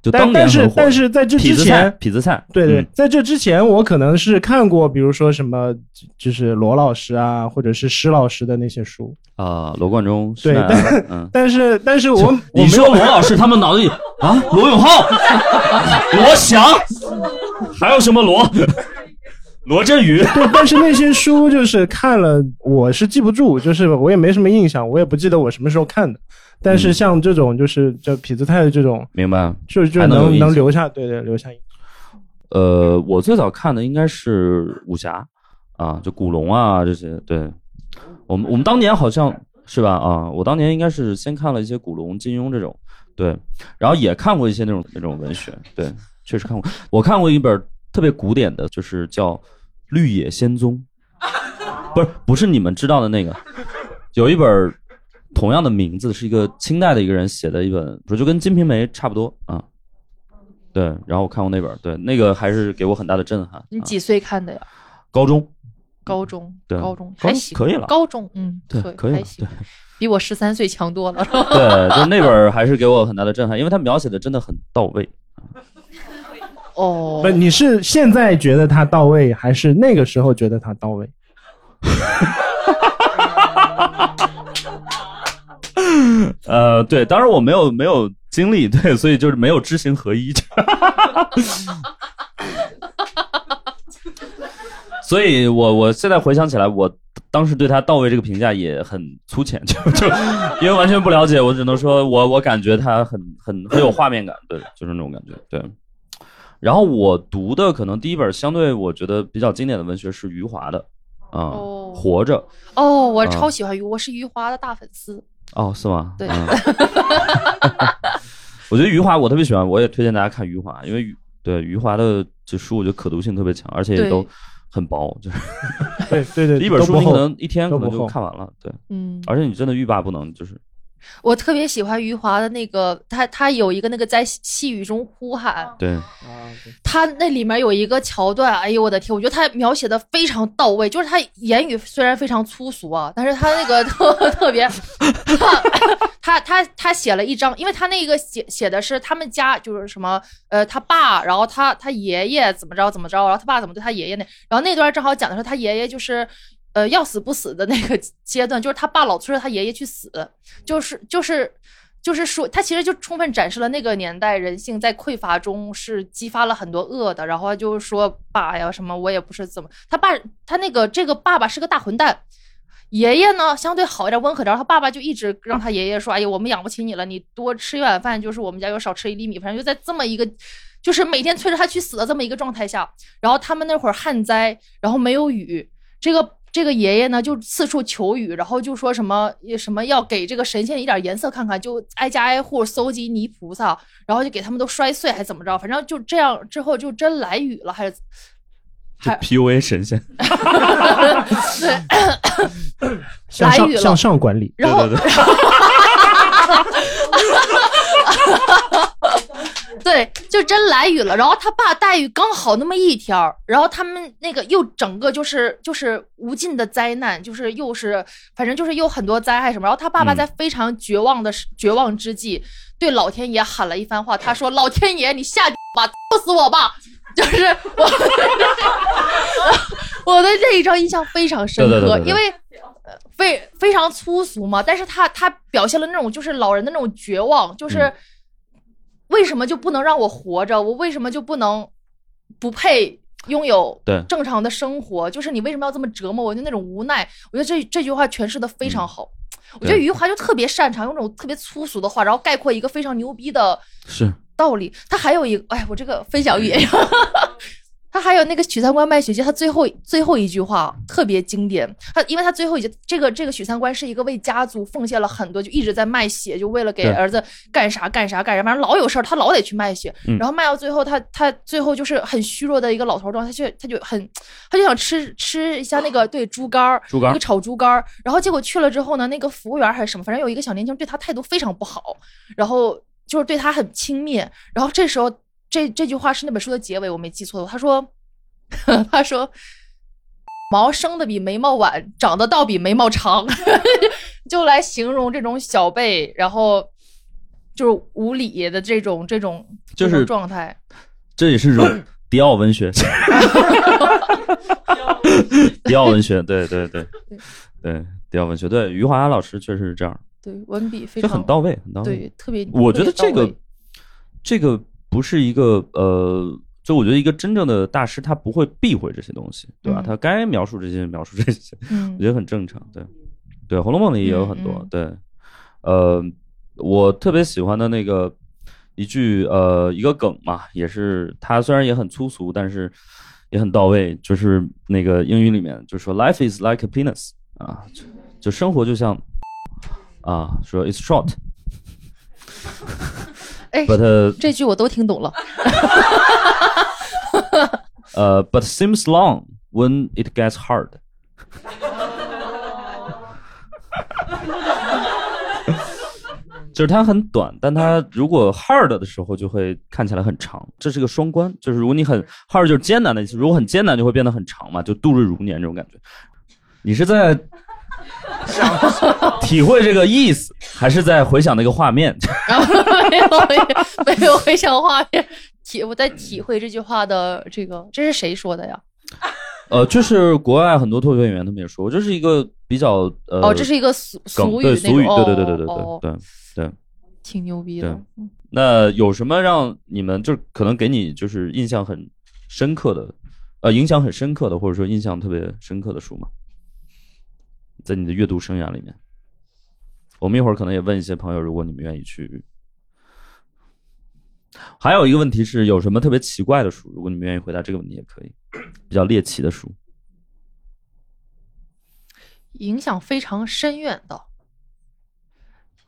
就
但
当年
但
很
是
火
但是在这
痞
之
子菜
前，
痞子菜，
对对
嗯，
在这之前，我可能是看过，比如说什么，就是罗老师啊，或者是施老师的那些书，
啊，罗贯中，施
对
耐庵 嗯。
但是但是我我
你
没
说
有
罗老师他们脑子里啊，罗永浩、 罗翔，还有什么罗？ 罗振宇，
对，但是那些书就是看了，我是记不住，就是我也没什么印象，我也不记得我什么时候看的。但
嗯
是像这种就是就痞子太这种，
明白？啊
就就
还能有
能
印
能
象
留下，对对，留下印象。
呃，我最早看的应该是武侠啊，就古龙啊这些。对，我们我们当年好像是吧？啊，我当年应该是先看了一些古龙、金庸这种，对，然后也看过一些那种那种文学，对，确实看过。我看过一本特别古典的，就是叫《绿野仙踪》，不是不是你们知道的那个，有一本同样的名字，是一个清代的一个人写的一本，不是就跟《金瓶梅》差不多啊。对，然后我看过那本，对，那个还是给我很大的震撼。
你
啊
几岁看的呀？
高中
高中，
嗯对
高中
高
还行，
可以了
高中，嗯，
对哦可以了
还行，比我十三岁强 多了。
对，就那本儿还是给我很大的震撼，因为他描写的真的很到位。
哦
哦
不，，你是现在觉得它到位，还是那个时候觉得它到位？
呃，对，当然我没有没有经历，对，所以就是没有知行合一。 所以我我现在回想起来，我当时对他到位这个评价也很粗浅，就就因为完全不了解，我只能说我我感觉他很很很有画面感，对，就是那种感觉，对。然后我读的可能第一本相对我觉得比较经典的文学是余华的，啊、
哦
活着，
哦，我
啊
超喜欢余，我是余华的大粉丝。
哦，是吗？
对
嗯 我觉得余华我特别喜欢，我也推荐大家看余华，因为余对余华的这书，我觉得可读性特别强，而且也
对
都很薄，就是
对对对，
一本
都
书
不
你
厚
可能一天可
都不
能就
厚
看完了，对，
嗯，
而且你真的欲罢不能，就是
我特别喜欢余华的那个，他他有一个那个在细雨中呼喊，
对，
他那里面有一个桥段，哎呦我的天，我觉得他描写的非常到位，就是他言语虽然非常粗俗啊，但是他那个 特特别，他他他写了一张，因为他那个写写的是他们家就是什么呃他爸，然后他他爷爷怎么着怎么着，然后他爸怎么对他爷爷那，然后那段正好讲的是他爷爷就是。呃，要死不死的那个阶段，就是他爸老催着他爷爷去死，就是就是就是说，他其实就充分展示了那个年代人性在匮乏中是激发了很多恶的。然后就是说爸呀什么，我也不是怎么，他爸他那个这个爸爸是个大混蛋。爷爷呢，相对好一点，温和点。然后他爸爸就一直让他爷爷说：“哎呀，我们养不起你了，你多吃一碗饭就是我们家有少吃一粒米。”反正就在这么一个，就是每天催着他去死的这么一个状态下，然后他们那会儿旱灾，然后没有雨，这个这个爷爷呢就四处求雨，然后就说什么什么要给这个神仙一点颜色看看，就挨家挨户搜集泥菩萨，然后就给他们都摔碎，还怎么着？反正就这样之后就真来雨了，还是
就 PUA 神仙，
向
来雨
上
了
向上管理，
然后
对对
对，就真来雨了。然后他爸待遇刚好那么一天儿，然后他们那个又整个就是就是无尽的灾难，就是又是反正就是又很多灾害什么。然后他爸爸在非常绝望的时、绝望之际，对老天爷喊了一番话，他说：“老天爷，你下地吧，揍死我吧！”就是 我，我对这一张印象非常深刻，
对对对对对
因为。呃非非常粗俗嘛，但是他他表现了那种就是老人的那种绝望，就是、
嗯
为什么就不能让我活着？我为什么就不能不配拥有
对
正常的生活？就是你为什么要这么折磨我？就那种无奈。我觉得这这句话诠释的非常好。我觉得
嗯对
余华就特别擅长用这种特别粗俗的话，然后概括一个非常牛逼的
是
道理。他还有一个，哎，我这个分享欲。 他还有那个许三观卖血记，他最后最后一句话特别经典。他因为他最后一句，这个这个许三观是一个为家族奉献了很多，就一直在卖血，就为了给
对
儿子干啥干啥干啥，反正老有事儿，他老得去卖血。
嗯
然后卖到最后，他他最后就是很虚弱的一个老头儿状态，他就他就很他就想吃吃一下那个对猪肝儿，
啊猪肝儿
一个炒猪肝儿。然后结果去了之后呢，那个服务员还是什么，反正有一个小年轻对他态度非常不好，然后就是对他很轻蔑。然后这时候这这句话是那本书的结尾，我没记错的话，他说 他说。毛生的比眉毛晚，长得倒比眉毛长， 就来形容这种小辈，然后就是无理的这种这种
就
这
是
种状态。
这也是一种迪奥文学， 迪奥文学，对对对对，迪奥文学，对余华老师确实是这样，
对，文笔非
就
常
很到位，很到位。
对，特别。
我觉得
特
这
别到
个
位
这个不是一个呃，就我觉得一个真正的大师他不会避讳这些东西，对吧？
嗯
他该描述这些描述这些，
嗯
我觉得很正常。对，对，《红楼梦》里也有很多。
嗯嗯
对，呃，我特别喜欢的那个一句呃一个梗嘛，也是它虽然也很粗俗，但是也很到位。就是那个英语里面就说 “Life is like a penis” 啊，就就生活就像啊，说 “It's short”。
哎
But uh,
这句我都听懂了。
呃，but seems long when it gets hard。就是它很短，但它如果 hard 的时候就会看起来很长，这是个双关。就是如果你很 hard 就是艰难的意思，如果很艰难就会变得很长嘛，就度日如年这种感觉。你是在体会这个意思，还是在回想那个画面？
然后没有没有没有回想画面，体我在体会这句话的这个，这是谁说的呀？
呃，就是国外很多脱口秀演员他们也说，我这是一个比较呃，
哦，这是一个俗
梗
俗语
对
那
俗语，对
种
对对对对对
哦哦哦
对对。
挺牛逼的
对。那有什么让你们就是可能给你就是印象很深刻的，呃，影响很深刻的，或者说印象特别深刻的书吗？在你的阅读生涯里面，我们一会儿可能也问一些朋友，如果你们愿意去。还有一个问题是，有什么特别奇怪的书？如果你们愿意回答这个问题，也可以。比较猎奇的书，
影响非常深远的，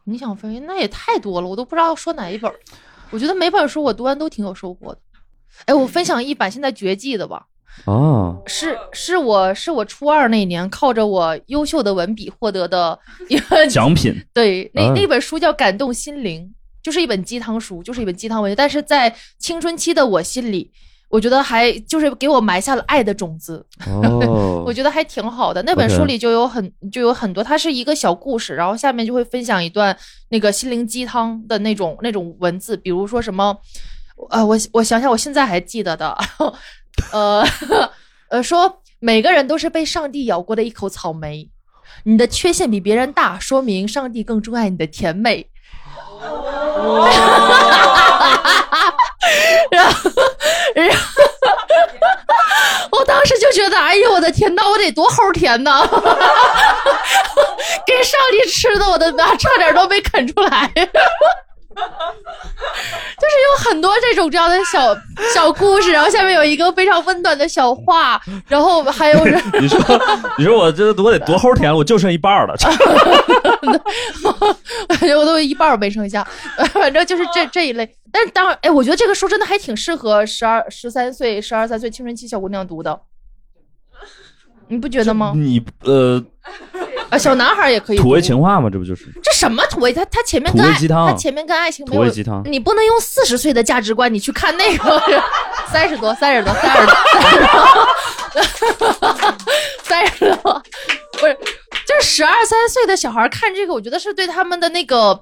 影响非那也太多了，我都不知道要说哪一本儿。我觉得每本书我读完都挺有收获的。哎，我分享一版现在绝迹的吧，
哦，
是是我是我初二那年靠着我优秀的文笔获得的一 个
奖品
对，那
嗯
那本书叫《感动心灵》，就是一本鸡汤书，就是一本鸡汤文学。但是在青春期的我心里，我觉得还就是给我埋下了爱的种子，，
哦
我觉得还挺好的。那本
OK
书里就有很就有很多，它是一个小故事，然后下面就会分享一段那个心灵鸡汤的那种那种文字，比如说什么，呃，我我想想，我现在还记得的， 呃呃，说每个人都是被上帝咬过的一口草莓，你的缺陷比别人大，说明上帝更钟爱你的甜美。然后，然后， 我当时就觉得，哎呦我的天呐，我得多齁甜呐！ 给上帝吃的，我的妈，差点都没啃出来。 就是有很多这种这样的小小故事，然后下面有一个非常温暖的小话，然后还有人。
你说，你说我这我得多齁甜，我就剩一半儿了。
感觉哎我都有一半儿没剩下， 反正就是这这一类。但是当然，哎，我觉得这个书真的还挺适合十二、十三岁、十二三岁 青春期小姑娘读的，你不觉得吗？
你呃，
啊，小男孩也嗯可以
土味
读
情话嘛，这不就是？
这什么土味？他他前面跟
土味
爱
鸡汤
他前面跟爱情没有
土味鸡汤
你不能用四十岁的价值观你去看那个，三十多，三十多，三十多，三十多，不是，就是十二三岁的小孩看这个，我觉得是对他们的那个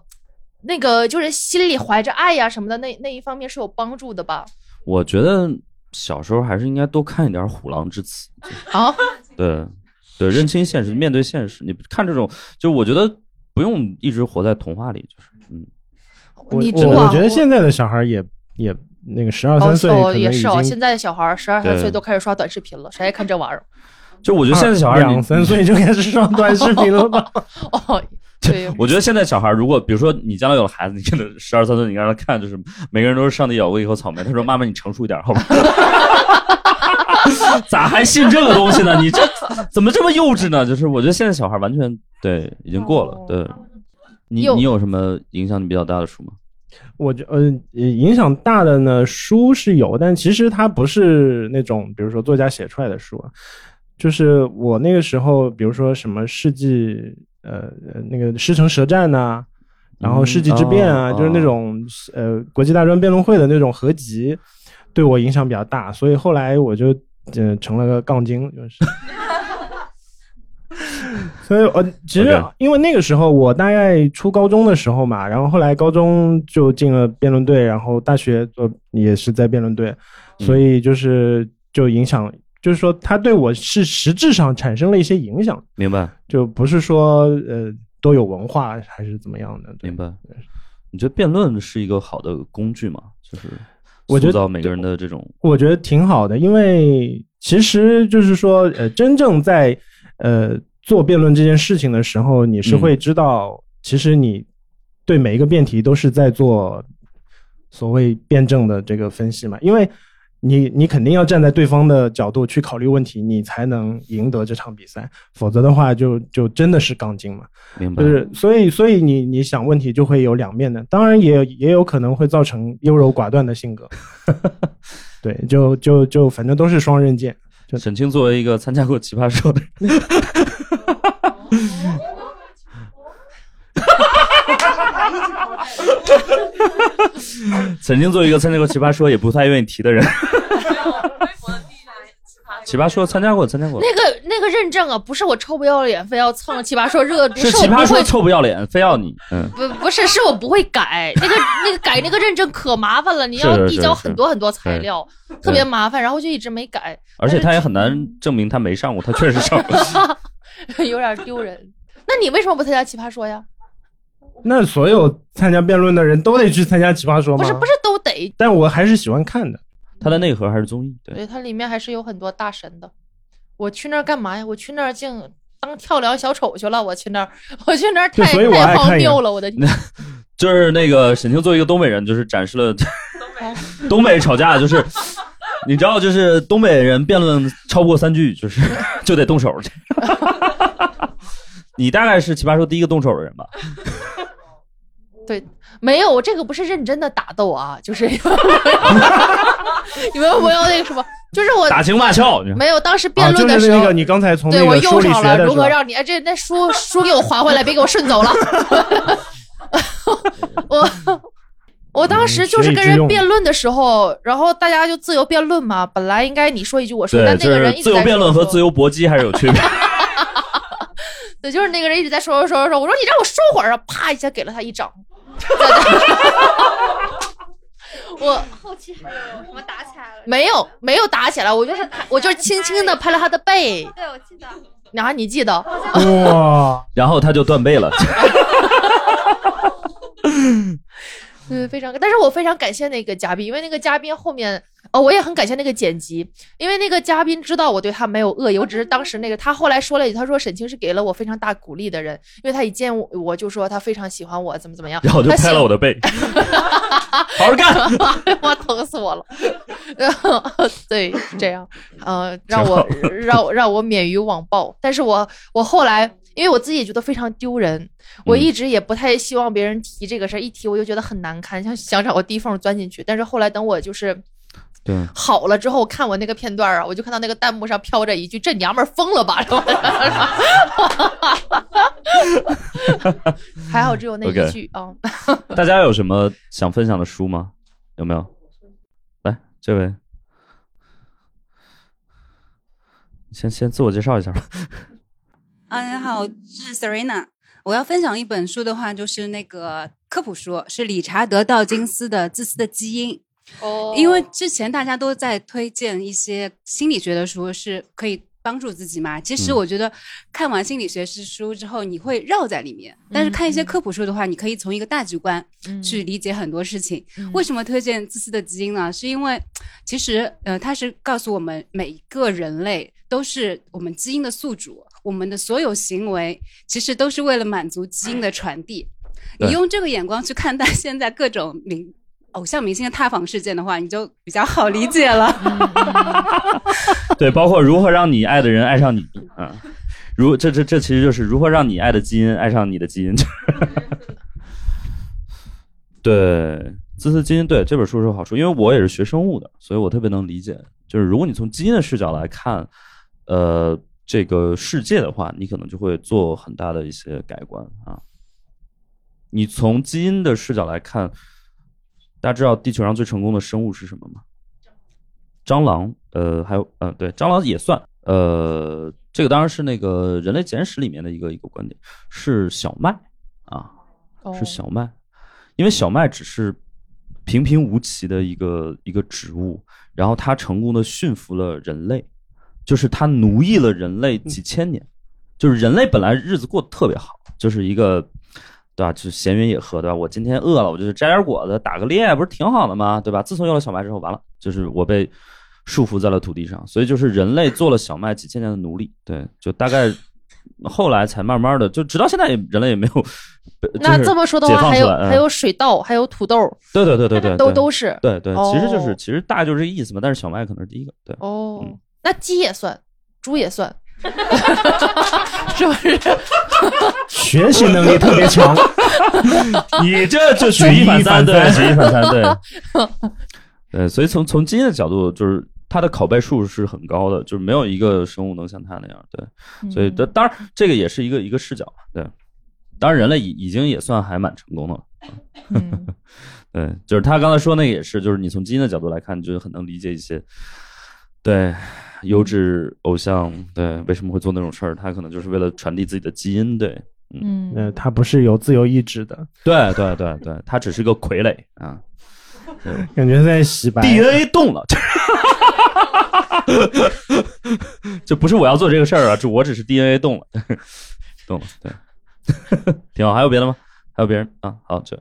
那个就是心里怀着爱呀、什么的那那一方面是有帮助的吧？
我觉得小时候还是应该多看一点虎狼之词。
啊，
对，对，认清现实，面对现实。你看这种，就我觉得不用一直活在童话里，就是嗯，
我
你知
我
道
我觉得现在的小孩也也那个十二
哦
三，岁，可能
也
已
是哦，现
经
在的小孩十二三
对
岁都开始刷短视频了，谁爱看这玩意儿？
就我觉得现在小孩儿
两
你。
三岁就开始上短视频 了吧？
哦，对
我觉得现在小孩，如果比如说你将来有了孩子，你可能十二三岁，你让他看，就是每个人都是上帝咬过一口草莓。他说：“妈妈，你成熟一点，好吧？” 咋还信这个东西呢？你这怎么这么幼稚呢？就是我觉得现在小孩完全对已经过了。对，你
幼
你有什么影响你比较大的书吗？
我觉呃影响大的呢，书是有，但其实它不是那种比如说作家写出来的书啊，就是我那个时候，比如说什么世纪呃呃那个师城舌战呐、然后世纪之变啊，
嗯哦
就是那种呃国际大专辩论会的那种合集，对我影响比较大，所以后来我就嗯、呃成了个杠精，就是。所以，呃，其实
OK
因为那个时候我大概初高中的时候嘛，然后后来高中就进了辩论队，然后大学做也是在辩论队，
嗯
所以就是就影响，就是说他对我是实质上产生了一些影响，
明白，
就不是说呃多有文化还是怎么样的。对
明白。你觉得辩论是一个好的工具吗？就是
我觉
塑
得
造每个人的这种
我觉得挺好的，因为其实就是说，呃，真正在呃做辩论这件事情的时候，你是
嗯
会知道，其实你对每一个辩题都是在做所谓辩证的这个分析嘛，因为你你肯定要站在对方的角度去考虑问题，你才能赢得这场比赛，否则的话就就真的是杠精嘛。
明白
就。是所以所以你你想问题就会有两面的，当然也有也有可能会造成优柔寡断的 性格。对，就就就反正都是双刃剑。
沈清作为一个参加过奇葩说的人， 沈清作为一个参加过奇葩说也不太愿意提的人， 奇葩说参加过，参加过，
那个那个认证啊，不是我臭不要脸非要 蹭奇葩说热度，
是
是
奇
我
葩
不
说
会
臭不要脸，非要你，嗯，
不不是是我不会改那个那个改那个认证可麻烦了，你要
是是
递交
是
很多很多材料，特别麻烦，然后就一直没改，
而且他也很难证明他没上过，他确实上过。
有点丢人。那你为什么不参加奇葩说呀？
那所有参加辩论的人都得去参加奇葩说吗？
不是不是，都得，
但我还是喜欢看的。
他的内核还是综艺，对，
对它里面还是有很多大神的。我去那儿干嘛呀？我去那儿竟当跳梁小丑去了。我去那儿， 我去那儿
对
太
所以我爱
太
看
荒
一眼
谬了，我的天！
就是那个沈清作为一个东北人，就是展示了东北吵架， 就是你知道，就是东北人辩论超过三句，就是 就得动手。 你大概是奇葩说第一个动手的人吧？
没有，这个不是认真的打斗啊，就是 你们不要那个什么，就是我
打情骂俏，你知道
哦没有当时辩论
啊、
的
就是
时
那
候，
个你刚才从
对
那
我
个书
用
里
上
学
了
的
如
是吧
何让你哎这那书书给我还回来，别给我顺走了。 我我当时就是跟人辩论的时候，然后大家就自由辩论嘛，本来应该你说一句我说，
对，
但那
就
个人
是
一直
自
在
由辩论和
说
自由搏击还是有区别。
对，就是那个人一直在说说说说，我说你让我说会儿啊，啪一下给了他一掌。 我
后期还有什么打起来了？
没有没有打起来，我就是拍，我就是轻轻的拍了他的背，
对，我记得。
然后你记得，
哇，
然后他就断背了，
对，嗯非常，但是我非常感谢那个嘉宾，因为那个嘉宾后面，哦，我也很感谢那个剪辑，因为那个嘉宾知道我对他没有恶意，我只是当时那个他后来说了一句，他说沈清是给了我非常大鼓励的人，因为他一见我我就说他非常喜欢我，怎么怎么样，
然后就
他喜
拍了我的 背，好好干。
我疼死我了。 然后对，是这样，呃，让我让我让我免于网暴。但是我我后来，因为我自己也觉得非常丢人，我一直也不太希望别人提这个事儿，一提我就觉得很难堪，想想找个地缝钻进去。但是后来等我就是
对，
好了之后看我那个片段啊，我就看到那个弹幕上飘着一句“这娘们儿疯了吧”， 还好只有那一句啊。
大家有什么想分享的书吗？有没有？来，这位，先先自我介绍一下吧。
啊，大家好，我是 Serena。我要分享一本书的话，就是那个科普书，是理查德·道金斯的《自私的基因》。
哦
因为之前大家都在推荐一些心理学的书，是可以帮助自己嘛。其实
嗯
我觉得看完心理学是书之后，你会绕在里面；但是看一些科普书的话，你可以从一个大局观
嗯
去理解很多事情。为什么推荐《自私的基因》呢？是因为其实呃，它是告诉我们每一个人类都是我们基因的宿主，我们的所有行为其实都是为了满足基因的传递。
对
你用这个眼光去看待现在各种明偶像明星的塌房事件的话，你就比较好理解了。
对，包括如何让你爱的人爱上你，嗯，如这这这其实就是如何让你爱的基因爱上你的基因。对，自私基因，对这本书是好书，因为我也是学生物的，所以我特别能理解。就是如果你从基因的视角来看，呃，这个世界的话，你可能就会做很大的一些改观啊。你从基因的视角来看，大家知道地球上最成功的生物是什么吗？蟑螂，呃，还有，嗯、对，蟑螂也算，呃，这个当然是那个《人类简史》里面的一个一个观点，是小麦啊，是小麦，因为小麦只是平平无奇的一个一个植物，然后它成功的驯服了人类，就是它奴役了人类
嗯
几千年，就是人类本来日子过得特别好，就是一个。对吧？就是闲云野鹤，对吧？我今天饿了，我就去摘点果子，打个猎，不是挺好的吗？对吧？自从有了小麦之后，完了，就是我被束缚在了土地上，所以就是人类做了小麦几千年的奴隶。对，就大概后来才慢慢的，就直到现在也人类也没有。
那
就是
这么说的
解
话，
放
还
出
有
来嗯
还有水稻，还有土豆，
对对对对对，
都
对
都是
对对，其实就是
哦
其实大概就是这意思嘛。但是小麦可能是第一个，对，
哦，那鸡也算，猪也 算，是不 是？
学习能力特别强。
你这就举一反三，对，举一反 三，对。对，所以从从基因的角度，就是它的拷贝数是很高的，就是没有一个生物能像它那样。对，
嗯
所以这当然这个也是一个一个视角。对，当然人类已已经也算还蛮成功的了。
嗯
对，就是他刚才说那个也是，就是你从基因的角度来看，你就很能理解一些。对，优质偶像，对，为什么会做那种事儿？他可能就是为了传递自己的基因，对，
嗯，
呃，他不是有自由意志的，
对，对，对，对，他只是个傀儡啊。对
感觉在洗白。
DNA 动了， 就不是我要做这个事儿啊，这我只是 DNA 动了， 动了，对， 挺好。还有别的吗？还有别人啊？好，这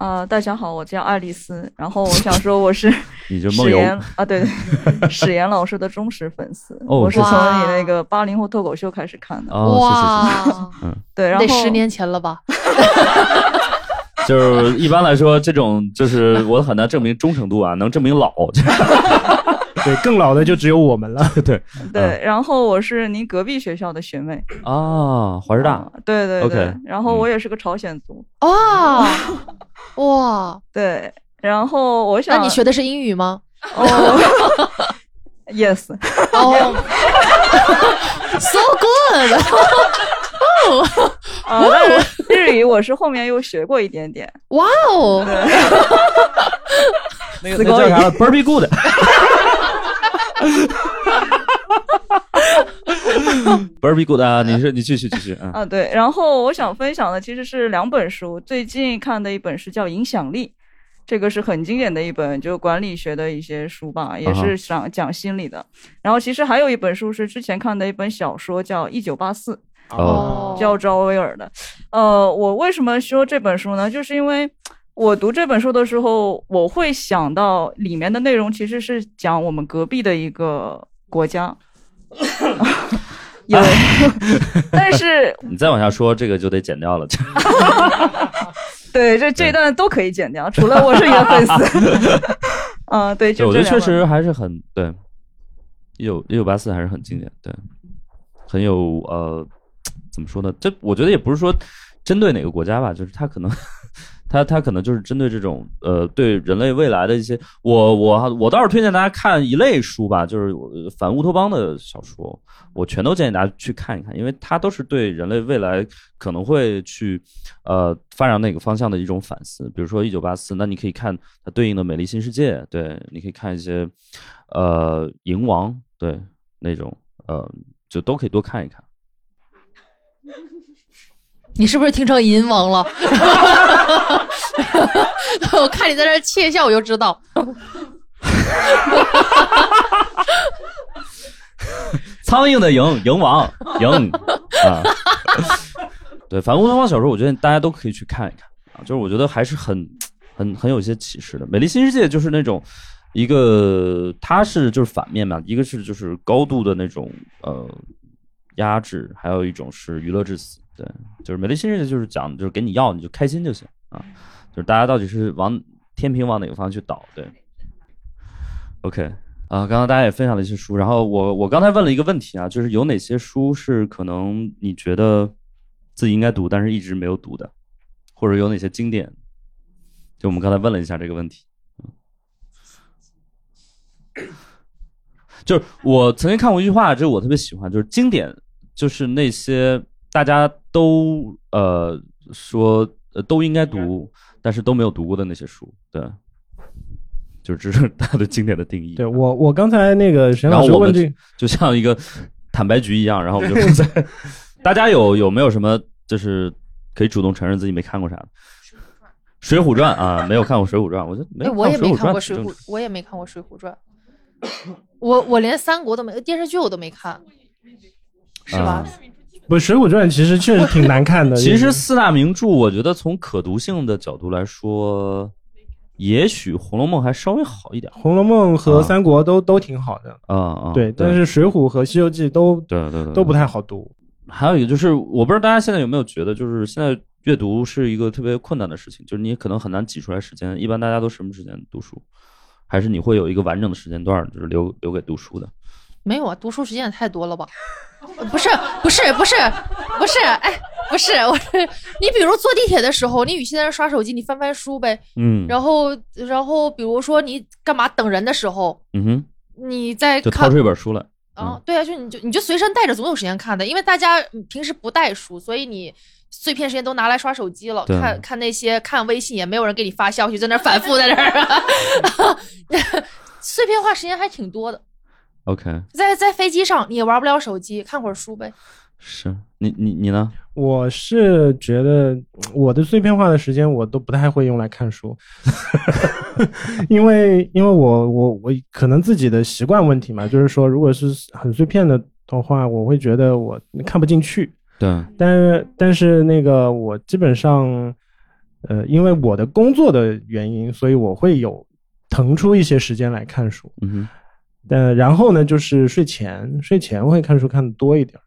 呃，大家好，我叫爱丽丝，然后我想说我是
你就梦
史
游
岩啊，对对，史岩老师的忠实粉丝，
哦
我是从
是吗
你那个八零后脱口秀开始看 的，
哦，是是是，嗯，
对，然后
得十年前了吧？
就是一般来说，这种就是我很难证明忠诚度啊，能证明老，
对，更老的就只有我们了。
对
对，然后我是您隔壁学校的学妹，
啊，华师大，
对对对
OK，嗯
然后我也是个朝鲜族，
哇哇，
对，然后我想哦
那你学的是啊英语 吗？
yes，
哦，so good，
呃，但是日语我是后面又学过一点点，
哇哦，
那个叫啥了
b u r b y Good，b u r b y Good 啊，你是你继续继续啊，
啊，对。然后我想分享的其实是两本书，最近看的一本是叫《影响力》，这个是很经典的一本，就管理学的一些书吧，也
啊哈
是想讲心理的。然后其实还有一本书是之前看的一本小说，叫《一九八四》，
哦
叫赵薇尔的。呃，我为什么说这本书呢？就是因为。我读这本书的时候，我会想到里面的内容其实是讲我们隔壁的一个 国家，有， 但是
你再往下说这个就得剪掉了，
对，这这一段都可以剪掉，除了我是原 粉丝。嗯，对，
对，
就
我
这
觉得
两
确
本
实还是很对，一九一九八四还是很经典，对，很有呃，怎么说呢？这我觉得也不是说针对哪个国家吧，就是他可能 他他可能就是针对这种呃对人类未来的一些，我我我倒是推荐大家看一类书吧，就是呃反乌托邦的小说，我全都建议大家去看一看，因为它都是对人类未来可能会去呃发展哪个方向的一种反思。比如说《一九八四》，那你可以看它对应的《美丽新世界》，对，你可以看一些呃《银王》，对那种呃就都可以多看一看。
你是不是听成银王了？ 我看你在这儿窃笑，我就知道。
苍蝇的蝇，蝇王，蝇啊。对，反乌托邦小说，我觉得大家都可以去看一看啊，就是我觉得还是很、很、很有一些启示的。《美丽新世界》就是那种一个，它是就是反面嘛，一个是就是高度的那种呃压制，还有一种是娱乐至死。对，就是《美丽新世界》就是讲就是给你要你就开心就行啊，就是大家到底是往天平往哪个方向去倒，对。OK，啊、刚刚大家也分享了一些书，然后我我刚才问了一个问题啊，就是有哪些书是可能你觉得自己应该读，但是一直没有读的，或者有哪些经典？就我们刚才问了一下这个问题。就是我曾经看过一句话，就是我特别喜欢，就是经典，就是那些大家都呃说呃都应该读，但是都没有读过的那些书，对，就是这是它的经典的定义。
对我我刚才那个沈
然
老
后
师
我
问
们
这，
就像一个坦白局一样，然后我们就在 大家有有没有什么就是可以主动承认自己没看过啥的？《水浒传》啊，没有看过《水浒传》，我觉得没
哎，
有
我也没看过
《
《水
浒
浒
传》，》，
我也没看过《水浒传》，我我连三国都没，电视剧我都没看。
是吧？
不，《水浒传》其实确实挺难看 的。
其实四大名著，我觉得从可读性的角度来说，也许《红楼梦》还稍微好一点。
《红楼梦》和《三国都》都挺好的，
啊啊，
对，但是《水浒》和《西游记》都
对对对
都不太好读。
还有一个就是，我不知道大家现在有没有觉得，就是现在阅读是一个特别困难的事情，就是你可能很难挤出来时间。一般大家都什么时间读书？还是你会有一个完整的时间段，就是留留给读书的？
没有啊，读书时间也太多了吧？不是，不是，不是，不是，哎，不是，我是你，比如坐地铁的时候，你与其在那刷手机，你翻翻书呗。
嗯
然后，然后比如说你干嘛等人的时候，
嗯哼，
你在
就
看
掏出一本书来。
啊，对啊，就你就你就随身带着，总有时间看的。因为大家嗯平时不带书，所以你碎片时间都拿来刷手机了，
对
看看那些看微信，也没有人给你发消息，在那儿反复在那儿， 碎片化时间还挺多的。
OK，
在在飞机上你也玩不了手机，看会儿书呗。
是你你你呢？
我是觉得嗯我的碎片化的时间我都不太会用来 看书，因为因为我我我可能自己的习惯问题嘛，就是说如果是很碎片的的话，我会觉得我看不进去。
对，
但是但是那个我基本上，呃，因为我的工作的原因，所以我会有腾出一些时间来看书。
嗯哼，
但然后呢，就是睡前，睡前会看书看的多一点儿，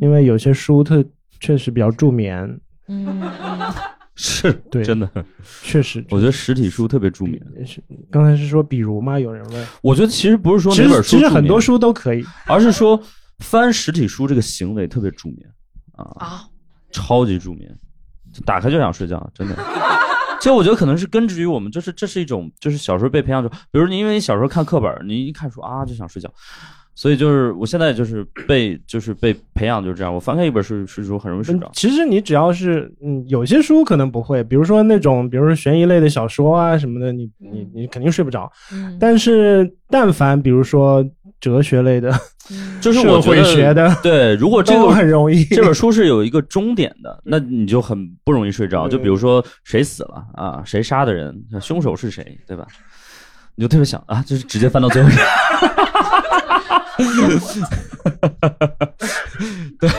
因为有些书特确实比较助眠，
嗯，
是
对，
真的，
确实。
我觉得实体书特别助眠。
是刚才是说比如吗？有人问，
我觉得其实不是说
其
哪
实
本书
其实很多
助眠，
书都可以，
而是说翻实体书这个行为特别助眠啊超级助眠，就打开就想睡觉，真的。 其实我觉得可能是根植于我们，就是这是一种，就是小时候被培养出，比如你因为你小时候看课本，你一看书啊就想睡觉，所以就是我现在就是被就是被培养就是这样，我翻开一本书书书很容易睡着。
其实你只要是嗯，有些书可能不会，比如说那种，比如说悬疑类的小说啊什么的，你你你肯定睡不着。
嗯
但是但凡比如说哲学类的，
就是
嗯社
我觉
会
得
学的，
对，如哦果这
都
个
很容易
这本书是有一个终点的，那你就很不容易睡着。就比如说谁死了啊，谁杀的人，凶手是谁，对吧？你就特别想啊，就是直接翻到最后一页。 对，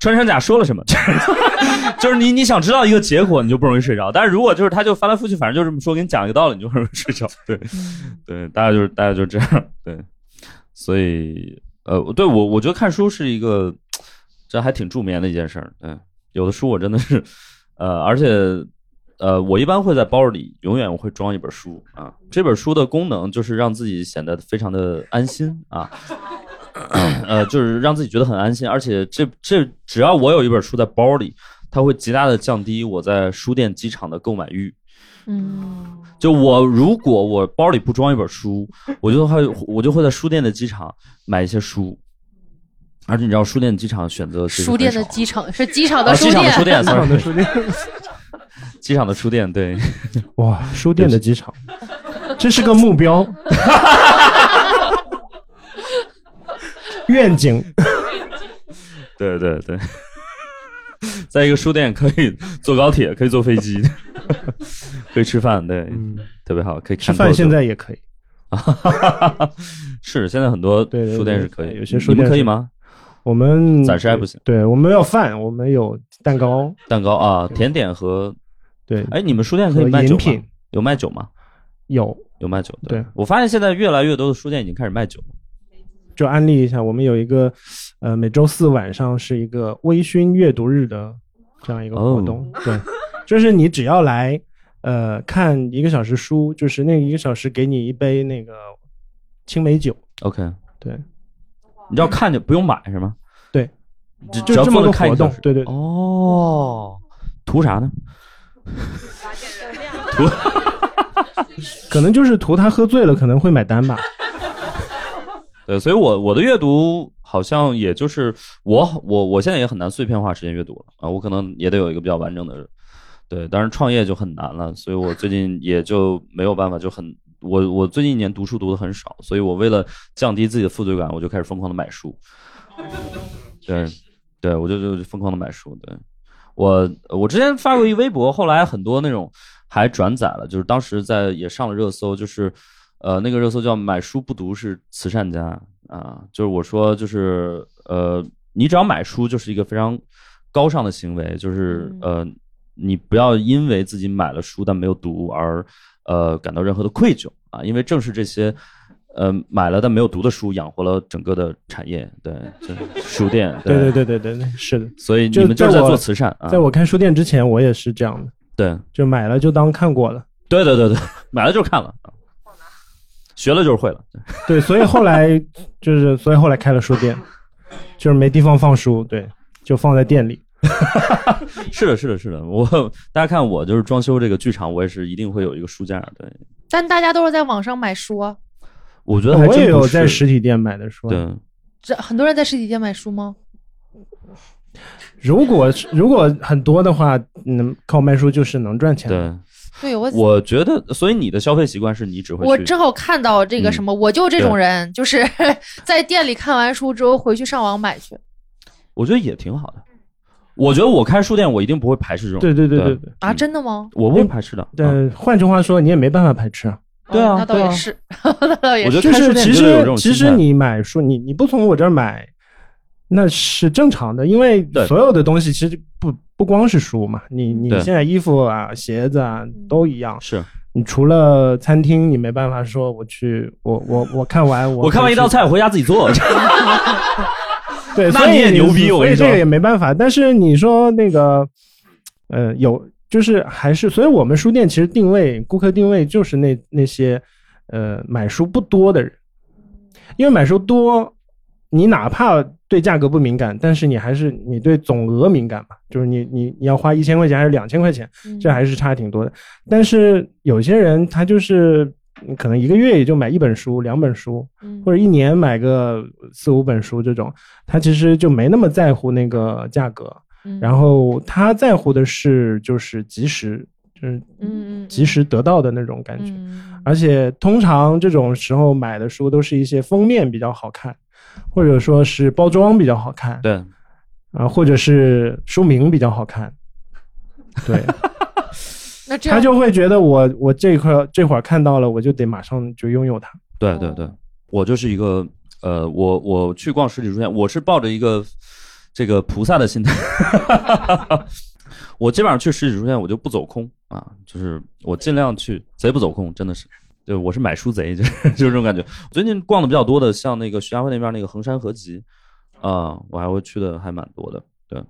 穿山甲说了什么？ 就是你你想知道一个结果，你就不容易睡着。但是如果就是他就翻来覆去，反正就这么说，给你讲一个道理，你就很容易睡着。对，对，大家就是大家就这样。对，所以呃，对我我觉得看书是一个这还挺助眠的一件事儿。对，有的书我真的是呃，而且呃，我一般会在包里永远我会装一本书啊。这本书的功能就是让自己显得非常的安心啊。 呃，就是让自己觉得很安心，而且这这只要我有一本书在包里，它会极大的降低我在书店、机场的购买欲。
嗯，
就我如果我包里不装一本书，我就会我就会在书店的机场买一些书，而且你知道书店机场选择其实
嗯书
很
店
少
的机场是机场的
啊
书
机场的书店
店，
，sorry
书店，
机场的书店 对，
哇，书店的机场，这是个 目标， 愿景。
对对对， 在一个书店可以坐高铁，可以坐飞 机，可以吃饭，对，特别好，可以看
嗯吃饭
豆豆
现在也可以，
是现在很多
对对
书店
对
是可以，
有些书店
你们可以
是
吗？
我们
暂时还不行。
对，我们有饭，我们有蛋糕，
蛋糕啊，甜点和
对，
哎，你们书店可以卖
和
酒
饮
吗
品？
有卖酒吗？
有
有卖酒的。
对，
我发现现在越来越多的书店已经开始卖酒了。
就安利一下，我们有一个呃每周四晚上是一个微醺阅读日的这样一个
哦
活动，对，就是你只要来呃看一个小时书，就是那一个小时给你一杯那个青梅酒，
OK，
对
你只要看就不用买是吗？
对，
只只
就
要
这么
坐着
个
看一
活
个
动
小时，
对对对
哦，图啥呢？图
可能就是图他喝醉了可能会买单吧，
对，所以我我的阅读好像也就是我我我现在也很难碎片化时间阅读了啊，我可能也得有一个比较完整的，对，当然创业就很难了，所以我最近也就没有办法，就很我我最近一年读书读的很少，所以我为了降低自己的负罪感，我就开始疯狂的买书，对，对我就就疯狂的买书，对我我之前发过一微博，后来很多那种还转载了，就是当时在也上了热搜，就是呃那个热搜叫“买书不读是慈善家”啊，就是我说就是呃你只要买书就是一个非常高尚的行为，就是呃你不要因为自己买了书但没有读而呃感到任何的愧疚啊，因为正是这些。呃，买了但没有读的书，养活了整个的产业，对，就是书 店，
对对对对对对，是的，
所以你们就是在做慈善啊
在我看书店之前，我也是这样的，
对，
就买了就当看过了。
对对对对，买了就是看了，学了就是会了。
对，所以后来 就是，所以后来开了书店，就是没地方放书，对，就放在店里。
是的，是的，是的。我大家看我就是装修这个剧场，我也是一定会有一个书架。对，
但大家都是在网上买书啊，
我觉得还
我
真
也有
不是
在实体店买的书。啊
对，
这很多人在实体店买书吗？
如果是如果很多的话，嗯，靠卖书就是能赚钱的。
对我
我觉得，所以你的消费习惯是你只会去嗯
我正好看到这个什么，我就这种人，就是 在店里看完书之后回去上网买去
我觉得也挺好的。我觉得我开书店，我一定不会排斥这种。
对对对
对嗯
对对，
啊，真的吗？
我不会排斥的。
但换句话说，你也没办法排斥啊。
对啊
哦那倒也是， 那倒也
我觉
是
得。
就
开书
是
店
其
就得有这
实
种
其
心
实
态
你买书，你你不从我这儿买，那是正常的，因为
对
所有的东西其实不不光是书嘛，你你
对
现在衣服啊、鞋子啊都一样。
是
你除了餐厅，你没办法说我去，我我我看完我
我看完一道菜，我回家自己做。
对，
那
所以
你也牛逼我
所
跟
以
你说
这个也没办法。但是你说那个，呃，有就是还是，所以我们书店其实定位顾客定位就是那那些呃买书不多的人，因为买书多，你哪怕对价格不敏感，但是你还是你对总额敏感嘛，就是你你你要花一千块钱还是两千块钱，
嗯
这还是差挺多的。但是有些人他就是嗯可能一个月也就买一本书、两本书，
嗯
或者一年买个四五本书这种，他其实就没那么在乎那个价格，
嗯
然后他在乎的是就是及时，就是
嗯嗯
及时得到的那种感觉。
嗯
而且通常这种时候买的书都是一些封面比较好看，或者说是包装比较好看，
对，
啊，或者是书名比较 好看，对。
那这样
他就会觉得我我这块这会儿看到了，我就得马上就拥有它。
对对对，我就是一个呃，我我去逛实体书店，我是抱着一个这个菩萨的心态， 我基本上去实体书店我就不走空啊，就是我尽量去贼不走空，真的是。对，我是买书贼， 就是就是这种感觉。最近逛的比较多的，像那个徐家汇那边那个衡山合集，啊、我还会去的还蛮多的。对，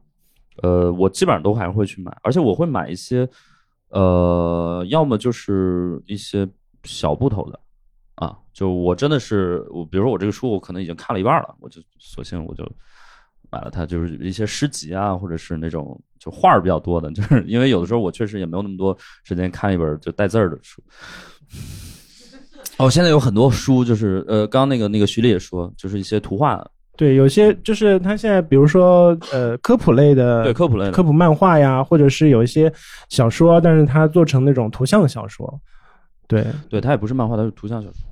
呃，我基本上都还会去买，而且我会买一些，呃，要么就是一些小布头的，啊，就我真的是我，比如说我这个书我可能已经看了一半了，我就索性我就买了它，就是一些诗集啊，或者是那种就就画儿比较多的，就是 因为有的时候我确实也没有那么多时间看一本就带字儿的书。哦，现在有很多书，就是呃，刚刚那个那个徐丽也说，就是一些图画，
对，有些就是他现在，比如说呃科普类的，
对科普类的
科普漫画呀，或者是有一些小说，但是它做成那种图像小说，对
对，它也不是漫画，它是图像小说。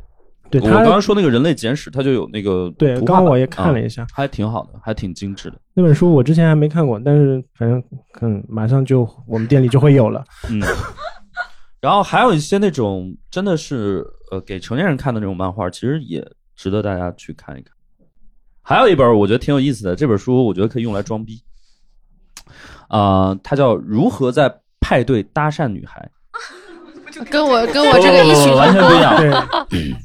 对
我
它
刚刚说那个《人类简史》，它就有那个
对
图画
刚刚
版
我也看了一下
啊还挺好的，还挺精致的。
那本书我之前还没看过，但是反正嗯，马上就我们店里就会有了。
嗯， 然后还有一些那种真的是呃给成年人看的那种漫画，其实也值得大家去看一看。还有一本我觉得挺有意思的，这本书我觉得可以用来装逼。啊、它叫《如何在派对搭讪女孩》。
跟我跟哦我这个一
不不不不
曲同
哦完全不一
工。
样。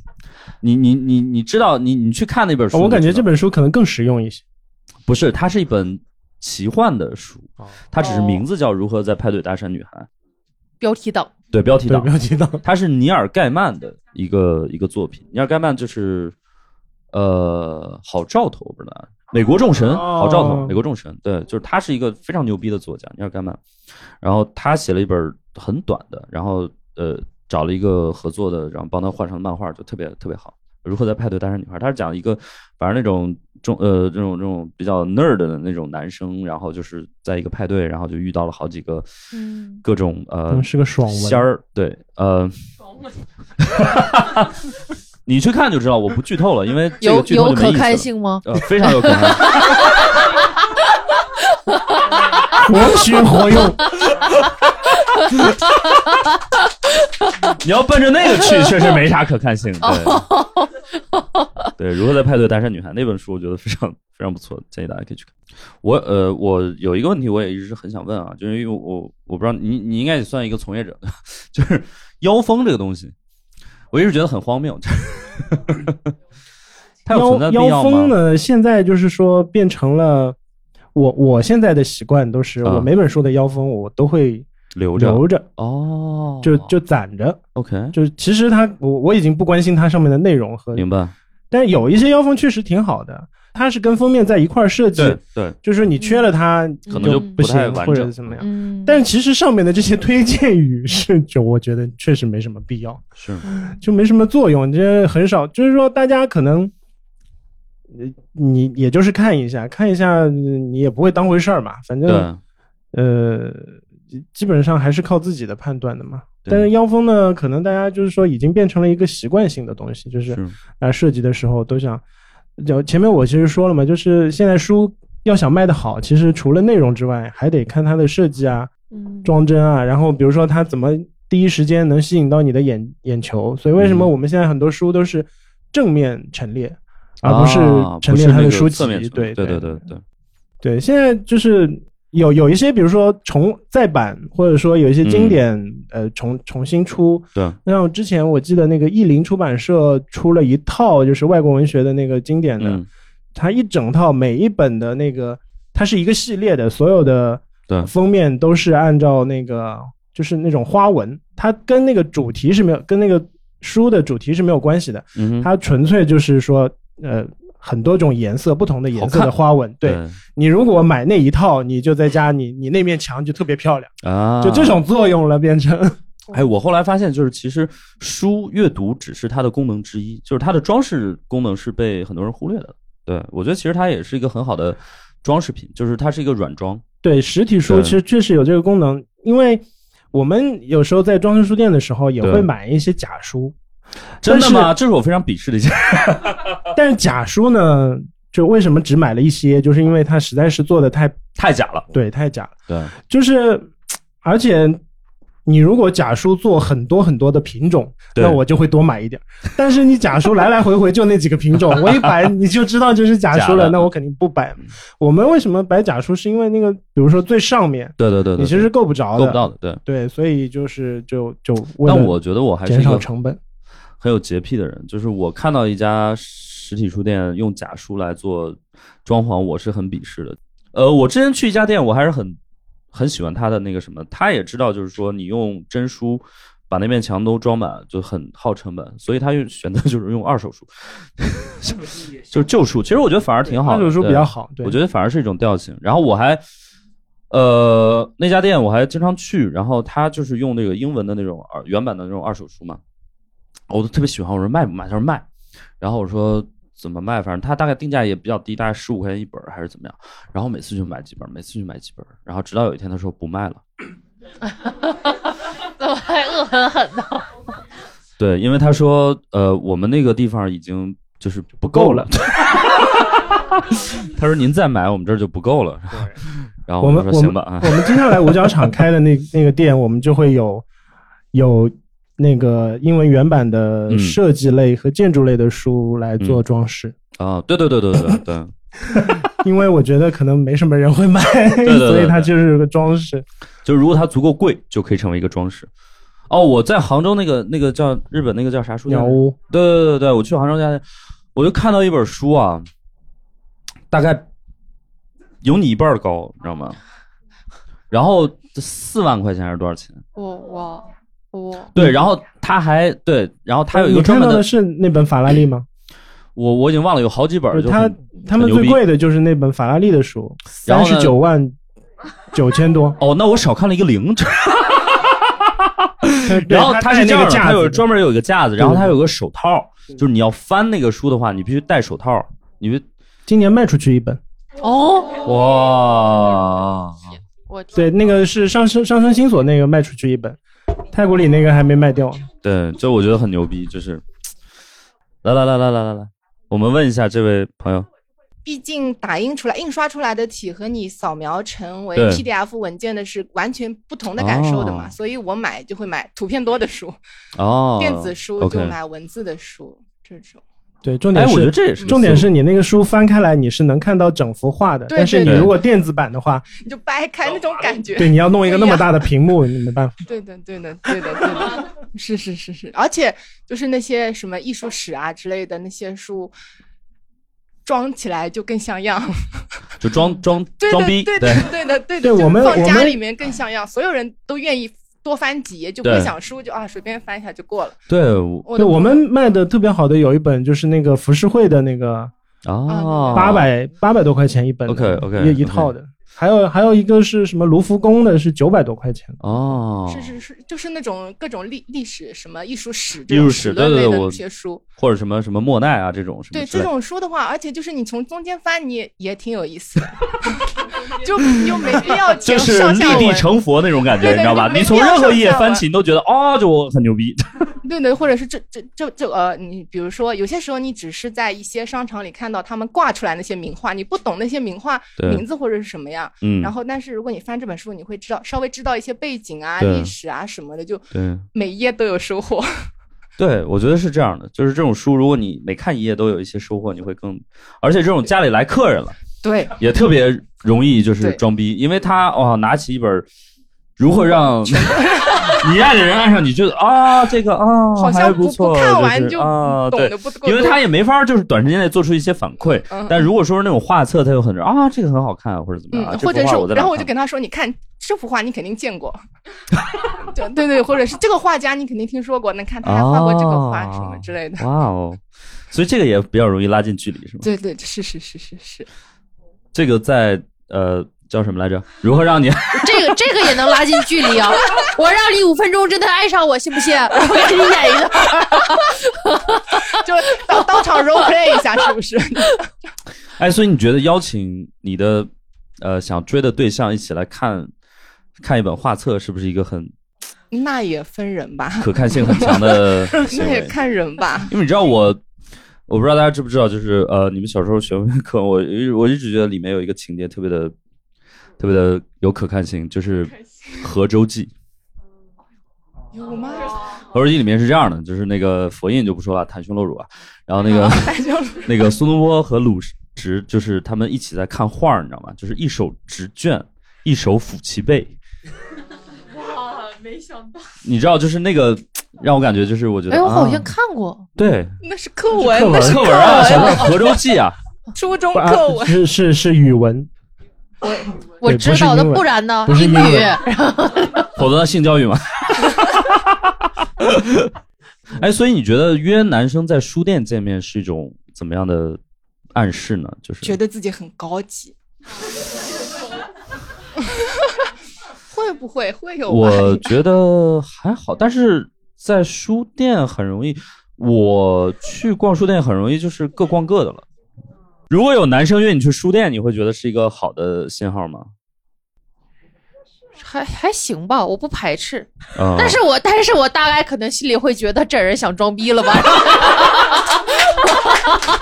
你你你你知道，你你去看那本书，
哦我感觉
你就知
这
道
本书可能更实用一些。
不是，它是一本奇幻的书，
哦
它只是名字叫《如何在派对搭讪女孩》。
标题党，
对，标题党，
标题党，
它是尼尔盖曼的一个一个作品。尼尔盖曼就是呃，好兆头，我不知道，美国众神，好兆头，美国众神，对，就是他是一个非常牛逼的作家，尼尔盖曼。然后他写了一本很短的，然后呃，找了一个合作的，然后帮他换成漫画，就特别特别好。如何在派对搭讪女孩？他是讲一个，反正那种中呃这种这种比较 nerd 的那种男生，然后就是在一个派对，然后就遇到了好几个
嗯
各种呃、
嗯是个爽文
仙儿，对呃，你去看就知道，我不剧透了，因为这个
有
剧透
有
就没
可
意思
看
了
性吗
呃，非常有可看性。
活学活用，
你要奔着那个去，确实没啥可看性。对，
哦
对，如何在派对搭讪女孩那本书，我觉得非常非常不错，建议大家可以去看。我呃，我有一个问题，我也一直很想问啊，就是因为我我不知道你你应该也算一个从业者， 就是妖风这个东西，我一直觉得很荒谬，就是 它有存在
妖
必
妖
要
风
吗？
呢，现在就是说变成了我我现在的习惯都是，
啊
我每本书的妖风我都会
留着
留着，
哦，
就就攒着。
OK，
就是其实它我我已经不关心它上面的内容和，
明白？
但是有一些妖风确实挺好的，它是跟封面在一块儿设计，
对对，
就是你缺了它
可能就
不
不太
行
完
或者
整
怎么样。
嗯，
但其实上面的这些推荐语是，就我觉得确实没什么必要，
是
就没什么作用，这很少。就是说，大家可能，呃，你也就是看一下，看一下，呃你也不会当回事儿嘛。反
对
正，呃，基基本上还是靠自己的判断的嘛。
对
但是妖风呢，可能大家就是说已经变成了一个习惯性的东西，就是
是
大家设计的时候都想，就前面我其实说了嘛，就是现在书要想卖得好，其实除了内容之外，还得看它的设计啊，
嗯
装帧啊，然后比如说它怎么第一时间能吸引到你的眼眼球。所以为什么
嗯
我们现在很多书都是正面陈列，而
啊
不是陈列
不是
它
那
的
个
书籍
侧面。
对
对对
对
对对，
对，现在就是有有一些，比如说重再版，或者说有一些
嗯
经典、呃重重新出。
对，
那我之前我记得那个译林出版社出了一套就是外国文学的那个经典的，
嗯，
它一整套每一本的那个，它是一个系列的，所有的
对
封面都是按照那个就是那种花纹，它跟那个主题是没有跟那个书的主题是没有关系的，
嗯哼，
它纯粹就是说呃很多种颜色不同的颜色
好看
的花纹，对你如果买那一套，你就在家你你那面墙就特别漂亮，
啊，
就这种作用了变成。
哎，我后来发现，就是其实书阅读只是它的功能之一，就是它的装饰功能是被很多人忽略的。对我觉得其实它也是一个很好的装饰品，就是它是一个软装。
对，实体书
对
其实确实有这个功能，因为我们有时候在装饰书店的时候也
对
会买一些假书，
真的
但是
吗？这是我非常鄙视的一件。
但是假书呢，就为什么只买了一些，就是因为它实在是做的太
太假了。
对太假了，
对，
就是而且。你如果假书做很多很多的品种，
对
那我就会多买一点儿。但是你假书来来回回就那几个品种， 我一摆你就知道这是假书
假
了，
的嗯
那我肯定不摆。我们为什么摆假书？是因为那个，比如说最上面，
对对对
你
对，
其实够不着的，
够不到的。对，
对，所以就是就就为
但
了
我觉得我还是
减
一
少
个
成本，
很有洁癖的人，就是我看到一家实体书店用假书来做装潢，我是很鄙视的。呃，我之前去一家店，我还是很很喜欢他的那个什么，他也知道就是说你用真书把那面墙都装满就很耗成本，所以他用选择就是用二手书， 就是旧书。其实我觉得反而挺好的，
二手书比
对
较好对
我觉得反而是一种调性。然后我还呃，那家店我还经常去，然后他就是用那个英文的那种二原版的那种二手书嘛，我都特别喜欢。我说卖不卖？他说卖，然后我说怎么卖？反正他大概定价也比较低，大概十五块钱一本儿还是怎么样。然后每次去买几本儿，每次去买几本儿，然后直到有一天他说不卖了。
怎么还恶狠狠 的？
对，因为他说，呃，我们那个地方已经就是不够了。 他说您再买，我们这儿就不够了。 然后
我们
说
我
行吧
们
啊。
我们接下来五角场 开的那那个店，我们就会有有那个英文原版的
嗯
设计类和建筑类的书来做装饰，
啊，对对对对对对。
因为我觉得可能没什么人会买，
对对
所以它就是个装饰。
就如果它足够贵，就可以成为一个装饰。哦，我在杭州那个那个叫日本那个叫啥书店？
鸟屋。
对对对对，我去杭州家，我就看到一本书啊，大概有你一半高，你知道吗？然后四万块钱还是多少钱？
我我我
对，然后他还对，然后他有一个
你
专
看
门
到的是那本法拉利吗？
我我已经忘了有好几本儿，就
他
很
他们
很牛
最
逼
贵的就是那本法拉利的书，
然
三
后呢
十九万九 千多。
哦，那我少看了一个零。然后它
他
是这样
那个
的，
架
它
子
有
的
专门有一个架子，然后它
对对
有个手套，就是你要翻那个书的话，你必须戴手套。你必
今年卖出去一本，
哦，
哇，
我
对，那个是上升上升星所那个卖出去一本，太古里那个还没卖掉。
对，这我觉得很牛逼，就是，来来来来来来来，我们问一下这位朋友，
毕竟打印出来、印刷出来的体和你扫描成为
对
PDF 文件的是完全不同的感受的嘛，
哦
所以我买就会买图片多的书，
哦，
电子书就
OK
买文字的书，这种。
对，重点
哎
是，
我觉得这也是个
重点
思路
是你那个书翻开来，你是能看到整幅画的，
对
但是
对
你
对
如果电子版的话，
你就掰开那种感觉。
对，你要弄一个那么大的屏幕，你没办法。
对的，对的，对的，对的， 是是是是，而且就是那些什么艺术史啊之类的那些书，装起来就更像样。
就装装
对
装
的，
逼，
对的， 对的，对的，
对
就
我们
放
我
家
们
里面更像样，所有人都愿意多翻几页，就不会
对
想书就啊随便翻一下就过了。
对，我
我
对
的
我们卖的特别好的有一本就是那个浮世绘的那个
啊
哦，
八百八百多块钱一本的
OK，OK，
一一
OK
套的，还有还有一个是什么卢浮宫的，是九百多块钱。
哦，
是是是，就是那种各种历历史什么艺术史、
艺术史，对
论
对
类的
对，
那
我
些书。
或者什么什么莫奈啊这种什么
对
之类
这
的，
种书的话，而且就是你从中间翻，你也也挺有意思的，就又没必要
就
前
是
上
立
下
地
文，
成佛那种感觉，
对对
你知道吧？
没
你从
必要
任何
上
一页
下
翻
文
起，你都觉得哦，就我很牛逼。
对对，或者是这这这这呃，你比如说有些时候你只是在一些商场里看到他们挂出来那些名画，你不懂那些名画
对
名字或者是什么样，
嗯
然后但是如果你翻这本书，你会知道稍微知道一些背景啊、
对
历史啊什么的，就
对
每一页都有收获。
对，我觉得是这样的，就是这种书，如果你每看一页都有一些收获，你会更，而且这种家里来客人了，
对，
也特别容易就是
对
装逼，因为他哦拿起一本。如何
哦
让 你爱的人爱上你？觉得啊，这个啊，
好
还
像
不
不
错，
看完
是
就
啊，
懂
对
得，不够多，
因为他也没法就是短时间内做出一些反馈
嗯，
但如果说是那种画册，他就很啊，这个很好看，或者怎么
嗯
样，啊，这
或者
幅画我
是，
在
然后
哪
我就
看
跟他说，你看这幅画你肯定见过， 对对对，或者是这个画家你肯定听说过，能看他还画过这个画什么之类的。
哇哦，所以这个也比较容易拉近距离，是吗？
对对，是是是是是，
这个在呃叫什么来着？如何让你
这个这个也能拉近距离啊！我让你五分钟真的爱上我，信不信？我给你演一段。
就当当场 role play 一下，是不是？
哎，所以你觉得邀请你的呃想追的对象一起来看看一本画册，是不是一个很
那也分人吧，
可看性很强 的行
那也
为？
看人吧。
因为你知道我，我不知道大家知不知道，就是呃，你们小时候学文科，我一直我一直觉得里面有一个情节特别的特别的有可看性，就是《河州记》。
有吗？
《河州记》里面是这样的，就是那个佛印就不说了，袒胸露乳啊，然后那个 那个苏东坡和鲁直就是他们一起在看画儿，你知道吗？就是一手执卷，一手抚其背，
哦
哇，没想到
你知道，就是那个让我感觉就是我觉得，
哎，我好像
啊、
看过，
对
那是课文，那是
课文啊，什么《河州记》啊，
初中
不啊
课文。
是是是语文，
我
对
知
不是
道的，
英文
不然呢？
不是
英
英文
语，
否则性教育嘛。 哎，所以你觉得约男生在书店见面是一种怎么样的暗示呢？就是
觉得自己很高级，会不会会有 吧？
我觉得还好，但是在书店很容易，我去逛书店很容易就是各逛各的了。如果有男生约你去书店，你会觉得是一个好的信号吗？
还还行吧，我不排斥，
啊
但是我但是我大概可能心里会觉得这人想装逼了吧，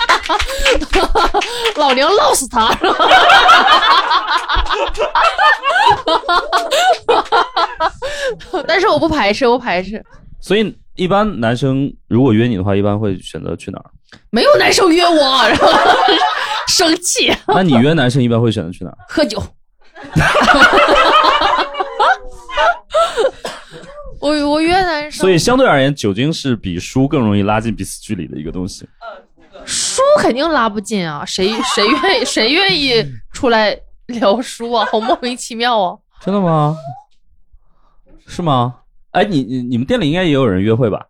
老娘唠死 他！ 但是我不排斥，我不排斥，
所以一般男生如果约你的话，一般会选择去哪 儿？
没有男生约我，然后生气，
那你约男生一般会选择去 哪儿？
喝酒。我我约男生，
所以相对而言，酒精是比书更容易拉近彼此距离的一个东西。
书肯定拉不近啊，谁谁愿意谁愿意出来聊书啊？好莫名其妙啊！
真的吗？是吗？哎，你你你们店里应该也有人约会吧？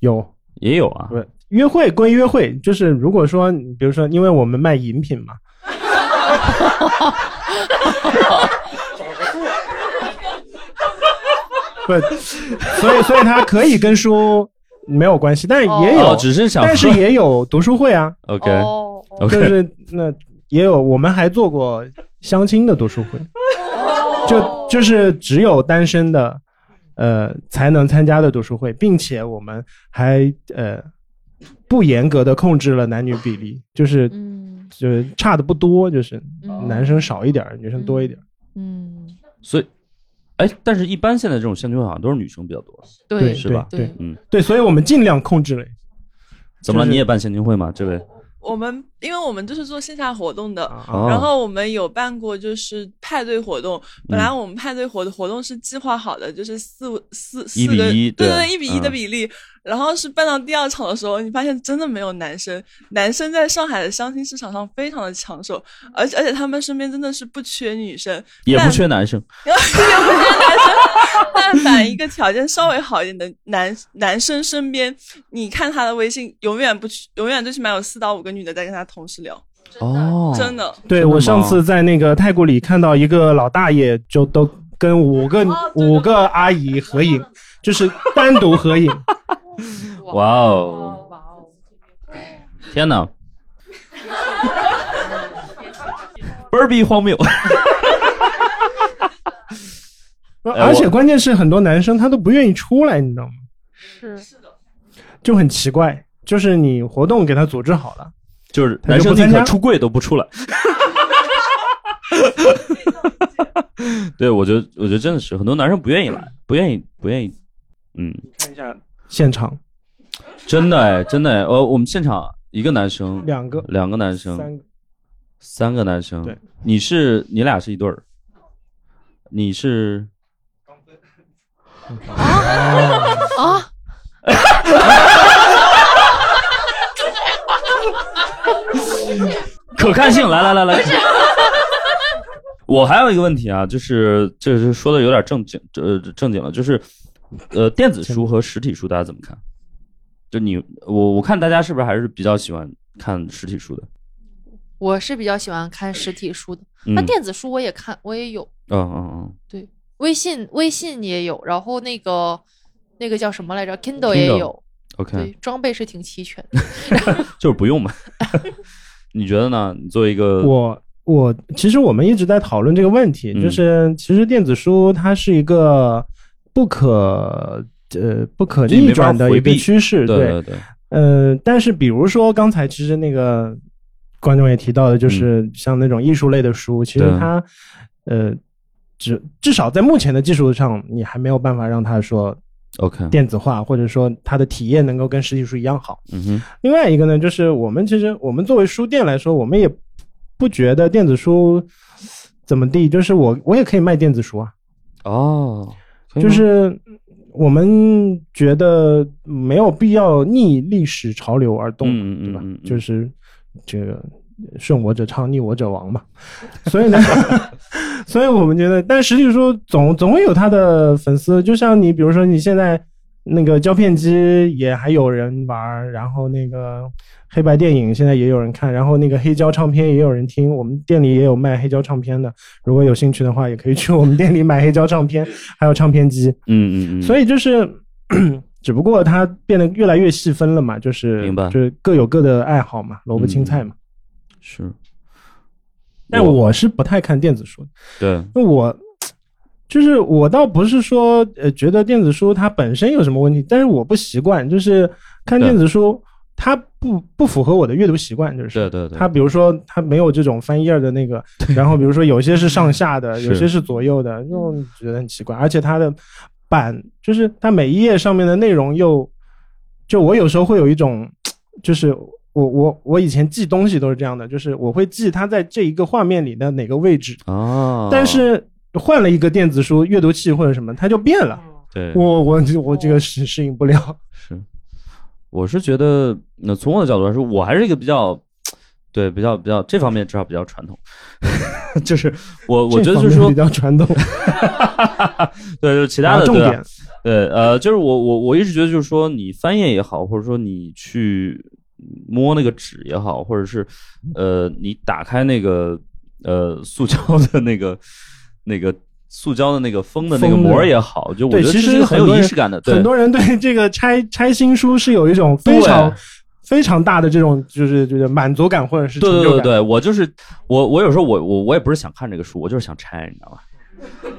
有，
也有啊。
对，约会归约会，就是如果说，比如说，因为我们卖饮品嘛， 不，所以所以它可以跟书没有关系，但是也有，
哦只是想
但是
喝
也有读书会啊。
OK，
哦
就
OK，
是那也有，我们还做过相亲的读书会，
哦
就就是只有单身的，呃，才能参加的读书会，并且我们还呃不严格的控制了男女比例，就是、
嗯
就是差的不多，就是男生少一点儿，女生多一点儿。
嗯
所以，哎，但是一般现在这种相亲会好像都是女生比较多，
对
是吧？
对对
嗯，
对，所以我们尽量控制了。
怎么了？
就是
你也办相亲会吗？这位
我们因为我们就是做线下活动
啊
的，
哦
然后我们有办过就是派对活动。
嗯
本来我们派对活活动是计划好的，就是四五四四
一比
个
一
对
对
对，一比一的
嗯
比例。然后是办到第二场的时候，你发现真的没有男生，男生在上海的相亲市场上非常的抢手，而且而且他们身边真的是不缺女生，
也不
但
缺男生，
但凡一个条件稍微好一点的男男生身边，你看他的微信，永远不去，永远最起码有四到五个女的在跟他同时聊，
哦，
真的。
对
真的
我上
吗
次在那个太古里看到一个老大爷，就都跟五个、五个阿姨合影，就是单独合影。
哇哦，天哪，倍儿逼荒谬。哎
而且
我
关键是很多男生他都不愿意出来，你知道吗？
是是的，
就很奇怪。就是你活动给他组织好了，
就是
他
男
就
生
不参
宁可
加
出柜都不出来。对，我觉得，我觉得真的是很多男生不愿意来，不愿意，不愿意，嗯，
看一下现场
真的哎，真的哎，呃，我们现场一个男生，
两个
两个男生，
三个
三个男生，
对，
你是你俩是一对儿，你是
啊，
可看性，来来来来。 我还有一个问题啊，就是这是说的有点正经，呃，正经了，就是，呃，电子书和实体书大家怎么看？就你我我看大家是不是还是比较喜欢看实体书的？
我是比较喜欢看实体书的，
嗯
那啊电子书我也看，我也有，
嗯嗯嗯
对，微信微信也有，然后那个那个叫什么来着，Kindle
Kindle
也有，对
，OK，，
装备是挺齐全的。
就是不用 嘛。你觉得呢？你作为一个
我我其实我们一直在讨论这个问题，
嗯
就是其实电子书它是一个不可呃不可
就你
逆
没法
转的
回
一个
避
趋势，
对对对，
呃，但是比如说刚才其实那个观众也提到的，就是像那种艺术类的书，其实
嗯对
它呃，至至少在目前的技术上，你还没有办法让它说
OK，
电子化，或者说它的体验能够跟实体书一样好。
嗯哼，
另外一个呢，就是我们其实我们作为书店来说，我们也不觉得电子书怎么地，就是我我也可以卖电子书啊，
哦，可以
就
吗
是我们觉得没有必要逆历史潮流而动嘛，
嗯嗯嗯
对吧？
嗯嗯
就是这个顺我者昌，逆我者 亡嘛。所以呢， 所以我们觉得，但实体书总总会有他的粉丝，就像你，比如说你现在。那个胶片机也还有人玩儿，然后那个黑白电影现在也有人看，然后那个黑胶唱片也有人听。我们店里也有卖黑胶唱片的，如果有兴趣的话，也可以去我们店里买黑胶唱片，还有唱片机。
嗯嗯嗯，
所以就是， 只不过它变得越来越细分了嘛，就是
明白嗯
就是各有各的爱好嘛，萝卜青菜嘛。
是，
但我是不太看电子书的，
对，
那我就是我倒不是说呃觉得电子书它本身有什么问题，但是我不习惯，就是看电子书它不不符合我的阅读习惯，就
对
是
对对，
它比如说它没有这种翻页的那个，然后比如说有些是上下 的，
是嗯
有些是左右的，就觉得很奇怪，而且它的版就是它每一页上面的内容又就我有时候会有一种就是。我我我以前记东西都是这样的，就是我会记它在这一个画面里的哪个位置，
哦，
但是换了一个电子书阅读器或者什么，它就变了。
对
我我我这个适适应不了。
是，我是觉得，那从我的角度来说，我还是一个比较，对，比较比较这方面至少比较传统，就是我我觉得就是
这方
说
面比，较传统，
对，就是其他的
啊重
对吧
点
对，呃，就是我我我一直觉得就是说，你翻页也好，或者说你去摸那个纸也好，或者是呃，你打开那个呃塑胶的那个那个。塑胶的那个封的那个
封的
膜也好，就我
对，
觉得
其
这
实
是很
多
有仪
人
式感的。对
很多人对这个拆拆新书是有一种非
对
常非常大的这种就是就是满足感或者是成
对对
就
对
感。
对，我就是我，我有时候我我我也不是想看这个书，我就是想拆，你知道吧？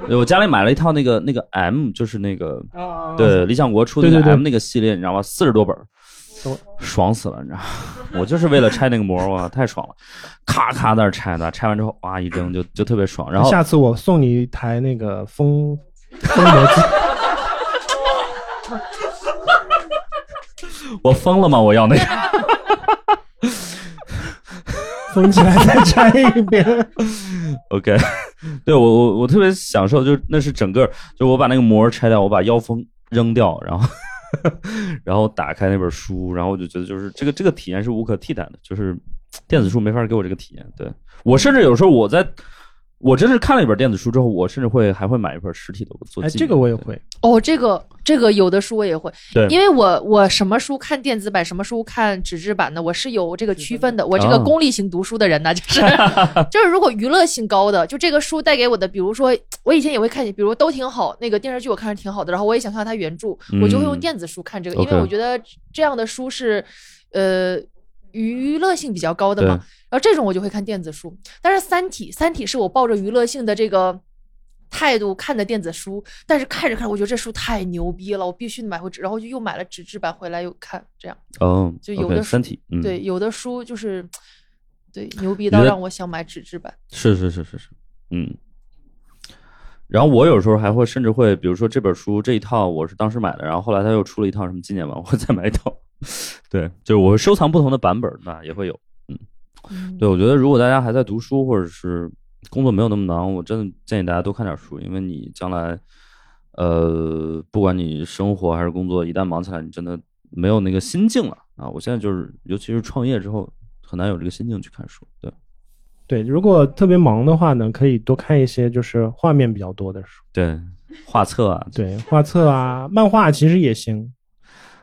对我家里买了一套那个那个 M，就是那个、对理想国出的那
哦对
个
对对
M 那个系列，你知道吗？四十多本儿
我，
爽死了，你知道吗？ 我就是为了拆那个膜，哇，太爽了，咔咔在那儿拆的，拆完之后哇一扔就就特别爽。然后
下次我送你一台那个封 封膜机，
我疯了吗？我要那个。
封起来再拆一遍。
OK，对 我我我特别享受，就是那是整个，就我把那个膜拆掉，我把腰封扔掉，然后 然后打开那本书，然后我就觉得就是这个这个体验是无可替代的，就是电子书没法给我这个体验。对我甚至有时候我在我真是看了一本电子书之后，我甚至会还会买一本实体的 我做
哎，
纪
这
念
个我也会。
哦，这个这个有的书我也会，
对
因为我我什么书看电子版，什么书看纸质版的，我是有这个区分的。我这个
哦
功利型读书的人 呢，就是 就是如果娱乐性高的，就这个书带给我的，比如说我以前也会看，比如都挺好，那个电视剧我看着挺好的，然后我也想看它原著，
嗯
我就会用电子书看这个，因为
OK
我觉得这样的书是，呃。娱乐性比较高的嘛
对，
然后这种我就会看电子书，但是《三体》《三体》是我抱着娱乐性的这个态度看的电子书，但是看着看着，我觉得这书太牛逼了，我必须买回纸，然后就又买了纸质版回来又看，这样
哦，
就有
OK，
的书
三体，嗯，
对，，有的书就是对牛逼
你
到
的
让我想买纸质版。
是是是是是，嗯。然后我有时候还会甚至会，比如说这本书这一套我是当时买的，然后后来他又出了一套什么纪念版，我会再买一套。 对，就是我会收藏不同的版本，那也会有。
嗯
对，我觉得如果大家还在读书或者是工作没有那么忙，我真的建议大家多看点书，因为你将来，呃，不管你生活还是工作，一旦忙起来，你真的没有那个心境了啊！我现在就是，尤其是创业之后，很难有这个心境去看书。对，
对，如果特别忙的话呢，可以多看一些就是画面比较多的书，
对，画册啊，
对，画册啊、漫画其实也行。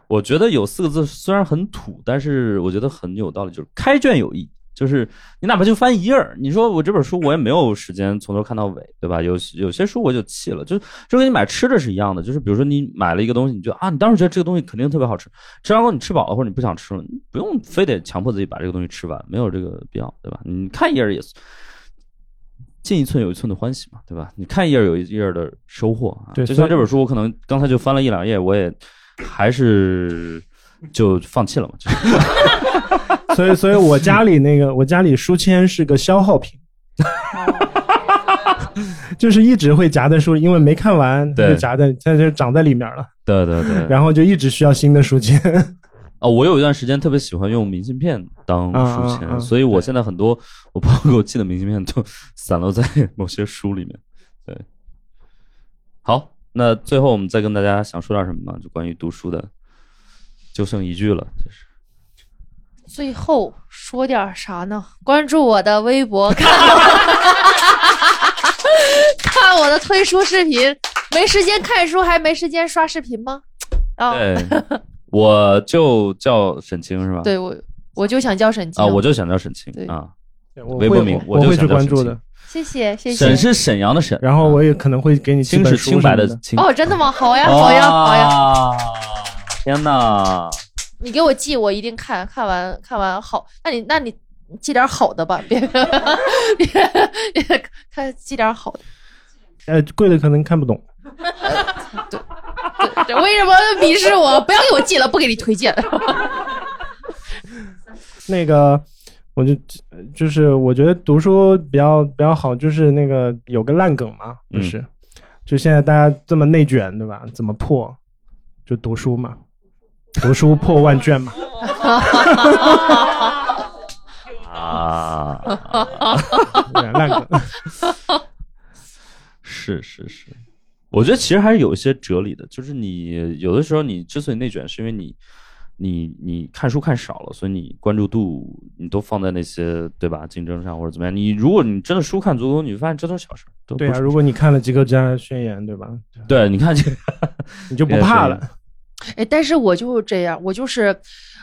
我觉得有四个字虽然很土，但是我觉得很有道理，就是开卷有益。就是你哪怕就翻一页儿，你说我这本书我也没有时间从头看到尾，对吧？有有些书我就弃了，就就跟你买吃的是一样的，就是比如说你买了一个东西，你觉得啊，你当时觉得这个东西肯定特别好吃，吃完后你吃饱了或者你不想吃了，你不用非得强迫自己把这个东西吃完，没有这个必要，对吧？你看一页儿也进一寸有一寸的欢喜嘛，对吧？你看一页儿有一页儿的收获啊。
对
就
所
像
以
这本书，我可能刚才就翻了一两页，我也还是就放弃了嘛。就是、
所以，所以我家里那个，我家里书签是个消耗品， 就是一直会夹在书里，因为没看完，它
对
就夹在，它就长在里面了，
对对对。
然后就一直需要新的书签。
啊、我有一段时间特别喜欢用明信片当书签，
嗯嗯嗯
所以我现在很多我朋友给我寄的明信片都散落在 某些书里面。对，好，那最后我们再跟大家想说点什么吗？就关于读书的，就剩一句了，就是
最后说点啥呢？关注我的微博，看 我看我的推书视频。没时间看书，还没时间刷视频吗？哦，
对，我就叫沈清是吧？
对我我就想叫沈清
啊，我就想叫沈清
对
啊，
我
微
会
博名
我
就
会去
想叫
关
沈
注
清
的。
谢谢谢谢
沈。是沈阳的沈，
然后我也可能会给你寄
清
本
是
书
清白
什么
的
的
清。
哦，真的吗？好呀好呀好呀，
呀！天哪！
你给我寄，我一定看看完看完好。那你那你寄点好的吧，别 别别看寄点好的。
呃，贵的可能看不懂。
这 为什么鄙视我？不要给我寄了，不给你推荐。
那个，我就就是我觉得读书比较比较好，就是那个有个烂梗嘛，不是？就现在大家这么内卷，对吧？怎么破？就读书嘛，读书破万卷嘛。
啊，
对烂梗。
是是是，我觉得其实还是有一些哲理的，就是你有的时候你之所以内卷，是因为你你你看书看少了，所以你关注度你都放在那些对吧竞争上或者怎么样。你如果你真的书看足够，你会发现这都是小事儿，都
对
不
啊，如果你看了《极客家宣言》，对吧？
对，你看这个
你就不怕了。
哎，但是我就是这样，我就是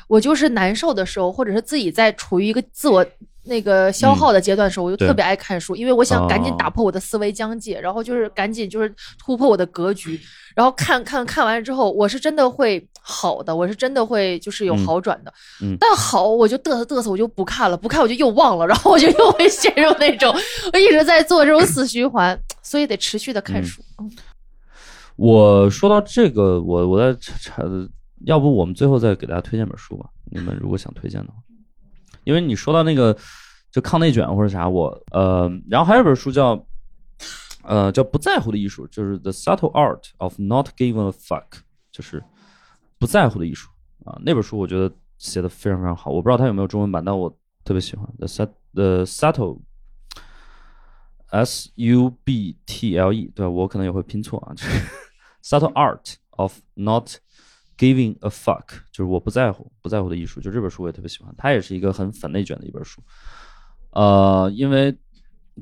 我就是难受的时候，或者是自己在处于一个自我那个消耗的阶段的时候，我就
嗯对
特别爱看书，因为我想赶紧
哦
打破我的思维疆界，然后就是赶紧就是突破我的格局，然后看看看完之后，我是真的会好的，我是真的会就是有
嗯
好转的。
嗯
但好我就嘚瑟嘚瑟，我就不看了，不看我就又忘了，然后我就又会陷入那种，我一直在做这种死循环，所以得持续的看
嗯
书。
我说到这个，我我在查，要不我们最后再给大家推荐本书吧？你们如果想推荐的话，因为你说到那个就抗内卷或者啥，我呃，然后还有一本书叫呃叫《不在乎的艺术》，就是《The Subtle Art of Not Giving a Fuck》，就是不在乎的艺术啊。那本书我觉得写的非常非常好，我不知道它有没有中文版，但我特别喜欢《The Sub The Subtle》。S U B T L E，对我可能也会拼错啊。这 Subtle Art of Not Giving a Fuck，就是我不在乎，不在乎的艺术。就这本书我也特别喜欢，它也是一个很反内卷的一本书。呃，因为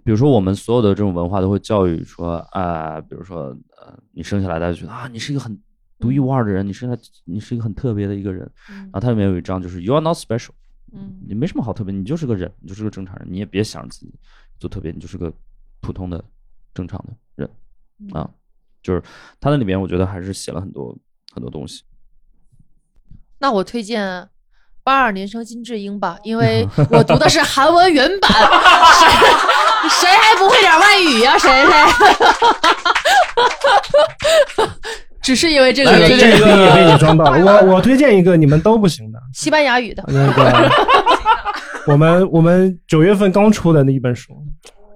比如说我们所有的这种文化都会教育说啊、比如说呃，你生下来大家就觉得啊，你是一个很独一无二的人，你生下来你是一个很特别的一个人。
嗯
然后它里面有一章就是 You are not special，
嗯
你没什么好特别，你就是个人，你就是个正常人，你也别想着自己就特别，你就是个普通的、正常的人
嗯
啊。就是他那里面，我觉得还是写了很多很多东西。
那我推荐八二年生金智英吧，因为我读的是韩文原版，谁 谁还不会点外语呀、谁 谁？只是因为哎这个
来
原
推荐
因，
这个也被你装到了。我我推荐一个你们都不行的，
西班牙语的
那个我们我们九月份刚出的那一本书，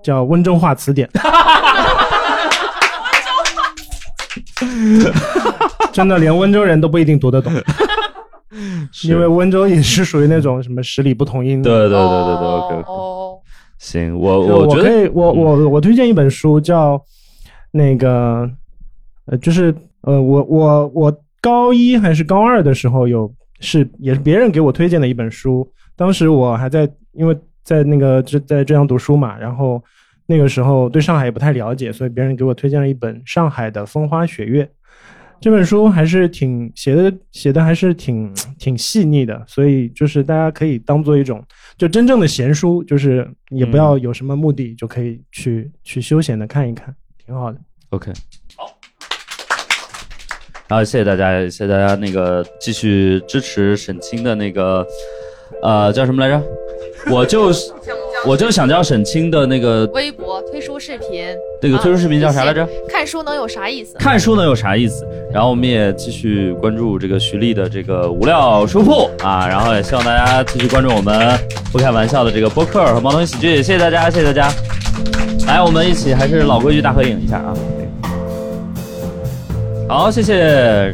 叫《温州话词典》。 真的，连温州人都不一定读得懂，因为温州也是属于那种什么十里不同音。
对对对对对，OK OK。
哦，
行，我
就我
觉
可以，
得嗯
我我我推荐一本书叫那个，呃，就是呃，我我我高一还是高二的时候有是也是别人给我推荐的一本书，当时我还在因为在那个在在浙江读书嘛，然后那个时候对上海也不太了解，所以别人给我推荐了一本《上海的风花雪月》。这本书还是挺写的，写的还是挺挺细腻的，所以就是大家可以当做一种就真正的闲书，就是也不要有什么目的，就可以去去休闲的看一看，挺好的。
OK。好。然后谢谢大家，谢谢大家那个继续支持沈清的那个呃叫什么来着？我就我就想叫沈清的那个
微博推书视频，
那个推出视频叫啥来着？
看书能有啥意思？
看书能有啥意思？然后我们也继续关注这个徐丽的这个无料书铺啊，然后也希望大家继续关注我们不开玩笑的这个播客和猫头鹰喜剧，谢谢大家，谢谢大家。来，我们一起还是老规矩大合影一下啊！好，谢谢。